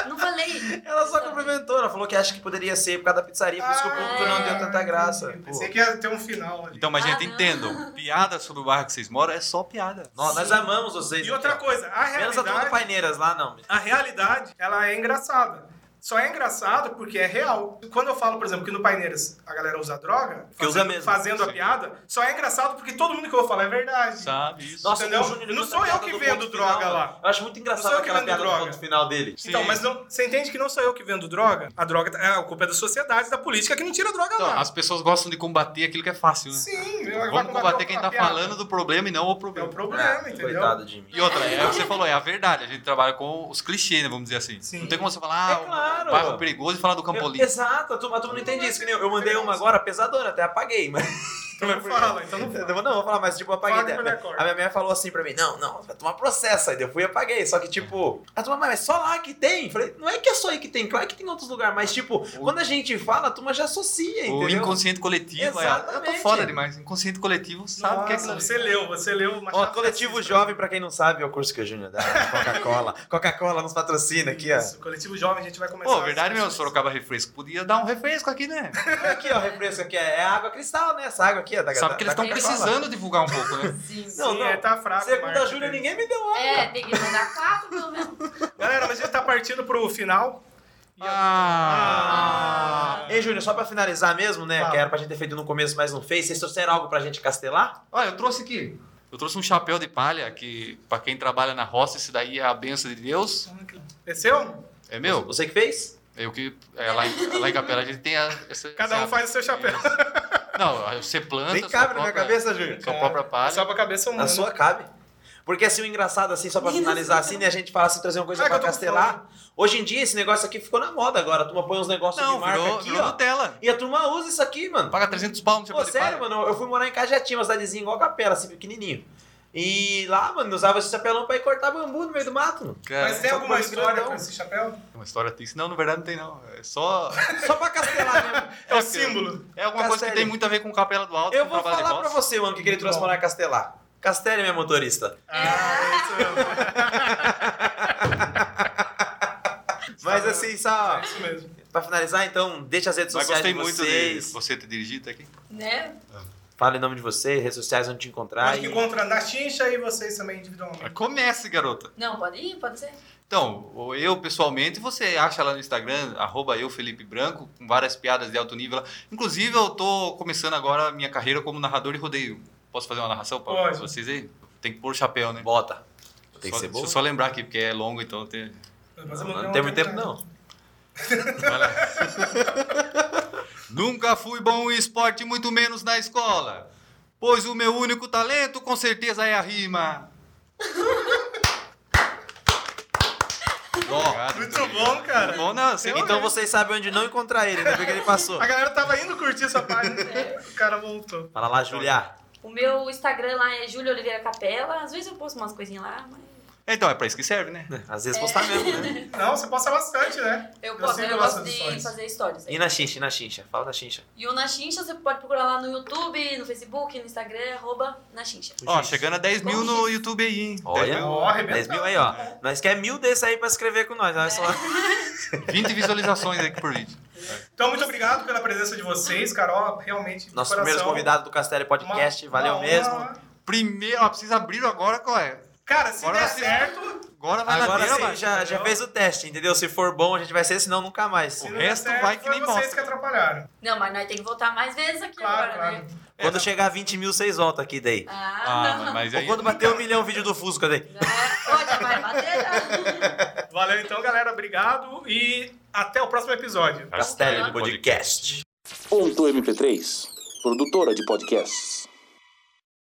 S5: não falei.
S2: Ela só
S5: Não.
S2: cumprimentou, ela falou que acha que poderia ser por causa da pizzaria, por isso que o público
S5: Ah,
S2: não deu tanta graça.
S1: Eu
S2: Pô.
S1: Pensei que ia ter um final ali.
S4: Então, mas,
S5: Ah,
S4: gente,
S5: não.
S4: entendam. Piada sobre o bairro que vocês moram é só piada.
S2: Nó- Nós amamos vocês.
S1: e outra
S2: aqui, ó.
S1: coisa, a
S2: Menos a turma do
S1: realidade,
S2: Paineiras lá, não.
S1: a realidade, ela é engraçada. Só é engraçada porque é real. Quando eu falo, por exemplo, que no Paineiras a galera usa droga,
S2: Que usa
S1: fazendo,
S2: mesmo.
S1: fazendo a
S4: Sim.
S1: piada, só é engraçado porque todo mundo que eu falo é verdade.
S4: Sabe isso?
S2: Nossa,
S1: Entendeu?
S2: o Júnior
S1: Não
S2: conta
S1: sou
S2: a piada
S1: eu que
S2: do
S1: vendo
S2: ponto
S1: droga
S2: final,
S1: lá.
S2: mano. Eu acho muito
S1: Não
S2: engraçado
S1: sou eu que
S2: aquela
S1: vendo
S2: piada
S1: droga.
S2: do ponto final dele.
S4: Sim.
S1: Então, mas não, você entende que não sou eu que vendo droga? A droga tá- é a culpa é da sociedade, da política que não tira droga
S4: Então,
S1: lá.
S4: as pessoas gostam de combater aquilo que é fácil, né?
S1: Sim, vai
S4: Vamos combater quem
S1: a
S4: tá
S1: piada.
S4: falando do problema e não o
S1: É o
S4: problema.
S1: problema, entendeu?
S2: Ah, Coitado de mim.
S4: E outra, é o que você falou, é a verdade. A gente trabalha com os clichês, né? Vamos dizer assim.
S1: Sim.
S4: Não tem como você falar, ah,
S2: É claro.
S4: o bairro perigoso e falar do Campolim.
S2: Eu- exato, a turma, a turma não entende isso. Que nem eu, eu mandei uma agora pesadona, até apaguei, mas.
S1: Então não fala, então não fala.
S2: Não, não, vou falar, mas tipo, eu apaguei
S1: Fala que
S2: dela.
S1: mulher corta.
S2: A minha mãe falou assim pra mim: não, não, vai tomar processo. Aí eu fui e apaguei. Só que, tipo, a turma, mas é só lá que tem? Falei, não é que é só aí que tem, claro que tem em outros lugares, mas, tipo, quando a gente fala, a turma já associa,
S4: O
S2: entendeu?
S4: inconsciente coletivo é. Eu tô
S2: Exatamente.
S4: foda demais. Inconsciente coletivo sabe o que é que
S1: Nossa, você leu, você leu. Machado
S2: Ó,
S1: de
S2: coletivo
S1: Assis.
S2: Jovem, pra quem não sabe, é o curso que o Júnior dá, Coca-Cola. Coca-Cola nos patrocina aqui, ó.
S1: Isso, coletivo jovem, a gente vai começar.
S4: Pô,
S1: as-
S4: verdade mesmo, Sorocaba Refresco. Podia dar um refresco aqui, né?
S2: Aqui, ó, refresco aqui, é água cristal, né? Essa água aqui, ó, da
S4: Sabe
S2: da-
S4: que eles
S2: da
S4: estão
S2: Coca-Cola.
S4: precisando divulgar um pouco, né?
S5: Sim.
S2: Não,
S1: Sim,
S2: não.
S1: é, tá fraco.
S2: Segunda
S1: Marcos.
S2: Júlia, ninguém me deu
S5: É, tem que mandar quatro pelo menos.
S1: Galera, mas a gente tá partindo pro final.
S4: Ah!
S2: Ei, Júnior, só pra finalizar mesmo, né?
S1: Fala.
S2: Que era pra gente ter feito no começo, mas não fez. Vocês trouxeram algo pra gente castelar?
S4: Olha, eu trouxe aqui. Eu trouxe um chapéu de palha que, pra quem trabalha na roça, esse daí é a benção de Deus.
S1: Desceu?
S4: É meu.
S2: Você que fez?
S4: Eu que. É, lá, em, lá em Capela a gente tem a, essa.
S1: Cada um
S4: essa-
S1: faz o seu chapéu.
S4: Não, você planta.
S2: Nem
S4: sua
S2: cabe na minha
S4: própria-
S2: cabeça, Júnior.
S4: Sua própria palha.
S1: Só pra É. cabeça humana.
S2: A sua cabe. Porque assim, o engraçado, assim, só pra finalizar assim, né? A gente fala assim, trazer uma coisa
S1: Sabe
S2: pra
S1: que eu tô
S2: castelar. Hoje em dia, esse negócio aqui ficou na moda agora. A turma põe uns negócios de
S4: Não,
S2: marca
S4: virou,
S2: aqui,
S4: virou
S2: ó.
S4: Nutella.
S2: E a turma usa isso aqui, mano.
S4: Paga 300 pau no seu
S2: Pô, sério, mano, eu fui morar em Cajetinha, uma cidadezinha igual a Capela, assim, pequenininho. E lá, mano, usava esse chapelão pra ir cortar bambu no meio do mato, mano.
S4: Cara,
S1: Mas tem
S2: É. só
S1: alguma
S2: põe
S1: história
S2: grandão.
S1: com esse chapéu?
S4: uma história triste. Não, na verdade não tem não. É só...
S2: Só pra castelar mesmo.
S1: É o
S4: porque-
S1: símbolo.
S4: É alguma coisa que
S2: um Castelli.
S4: tem muito a ver com Capela do Alto.
S2: Eu
S4: com
S2: vou
S4: um trabalho de
S2: falar pra
S4: roça.
S2: você, mano, o que, que ele
S1: Muito
S2: trouxe
S1: bom.
S2: pra lá em Castelar. Castele, é minha motorista.
S1: Ah, isso mesmo.
S2: Mas assim, só
S1: É isso mesmo.
S2: pra finalizar, então, deixa as redes
S4: Mas
S2: sociais
S4: gostei
S2: de
S4: muito de
S2: vocês.
S4: você ter dirigido aqui.
S5: Né?
S2: Fala em nome de vocês, redes sociais onde te encontrar.
S1: Onde
S2: e-
S1: que encontra na Xincha e vocês também individualmente.
S4: Comece, garota.
S5: Não, pode ir, pode ser.
S4: Então, eu pessoalmente, você acha lá no Instagram, arroba eu Felipe Branco, com várias piadas de alto nível. lá. Inclusive, eu tô começando agora a minha carreira como narrador de rodeio. Posso fazer uma narração para
S1: Pode.
S4: vocês aí? Tem que pôr o chapéu, né?
S2: Bota. Tem que
S4: Só-
S2: ser bom. né?
S4: Deixa eu só lembrar aqui, porque é longo, então tem...
S1: Mas eu dar
S2: Não, não
S1: uma né?
S2: tem muito tempo,
S1: tentada.
S2: não.
S4: Vai lá. Nunca fui bom em esporte, muito menos na escola. Pois o meu único talento, com certeza, é a rima. Obrigado,
S1: Muito
S4: obrigado.
S1: bom, cara.
S4: Bom, né? não, sei
S2: Então vocês sabem onde não encontrar ele, né? Porque ele passou.
S1: A galera tava indo curtir essa página o cara voltou.
S2: Fala lá, Julia.
S5: O meu Instagram lá é Júlia Oliveira Capela. Às vezes eu posto umas coisinhas lá, mas.
S4: Então, é pra isso que serve, né?
S2: Às vezes postar mesmo, né?
S1: Não, você posta bastante, né?
S5: Eu posto,
S1: sigo
S5: eu,
S1: lá
S5: gosto
S1: essas
S5: de
S1: histórias.
S5: fazer stories. né?
S2: E na chincha, e na chincha. Fala da chincha.
S5: E o Na Chincha você pode procurar lá no YouTube, no Facebook, no Instagram, arroba Na Chincha.
S4: Ó, chegando a 10 mil no YouTube aí, hein?
S2: Olha.
S1: Ó, arrebentou.
S2: 10 mil aí, ó. Nós quer mil desses aí pra escrever com nós. Nós só...
S4: 20 visualizações aqui por vídeo.
S1: Então, muito obrigado pela presença de vocês, Carol. Realmente, de
S2: Nosso
S1: coração.
S2: primeiro convidado do Castelo Podcast.
S1: Uma-
S2: Valeu
S1: uma
S2: mesmo.
S1: honra.
S4: Primeiro, ó, vocês abriram agora, qual é?
S1: Cara, se
S4: Agora
S1: der
S4: sim.
S1: certo,
S4: Agora vai
S2: Agora
S4: ladeira,
S2: sim,
S4: vai.
S2: já, já fez o teste, entendeu? Se for bom, a gente vai ser, senão nunca mais.
S1: se
S4: O
S1: não der
S4: resto
S1: certo,
S4: vai que
S1: foi
S4: nem
S1: vocês
S4: bosta.
S1: que atrapalharam.
S5: Não, mas nós temos que voltar mais vezes aqui
S1: Claro,
S5: agora,
S1: claro.
S5: né?
S2: É, Quando chegar a 20 mil, vocês voltam aqui daí.
S5: Ah,
S4: Ah, mas
S2: Ou
S4: aí...
S2: quando bater um milhão o vídeo do Fusca daí.
S5: não. É, ó, já vai bater tá? já.
S1: Valeu então, galera. Obrigado e até o próximo episódio.
S4: é,
S2: Castelo Podcast.
S6: Ponto MP3, produtora de podcasts.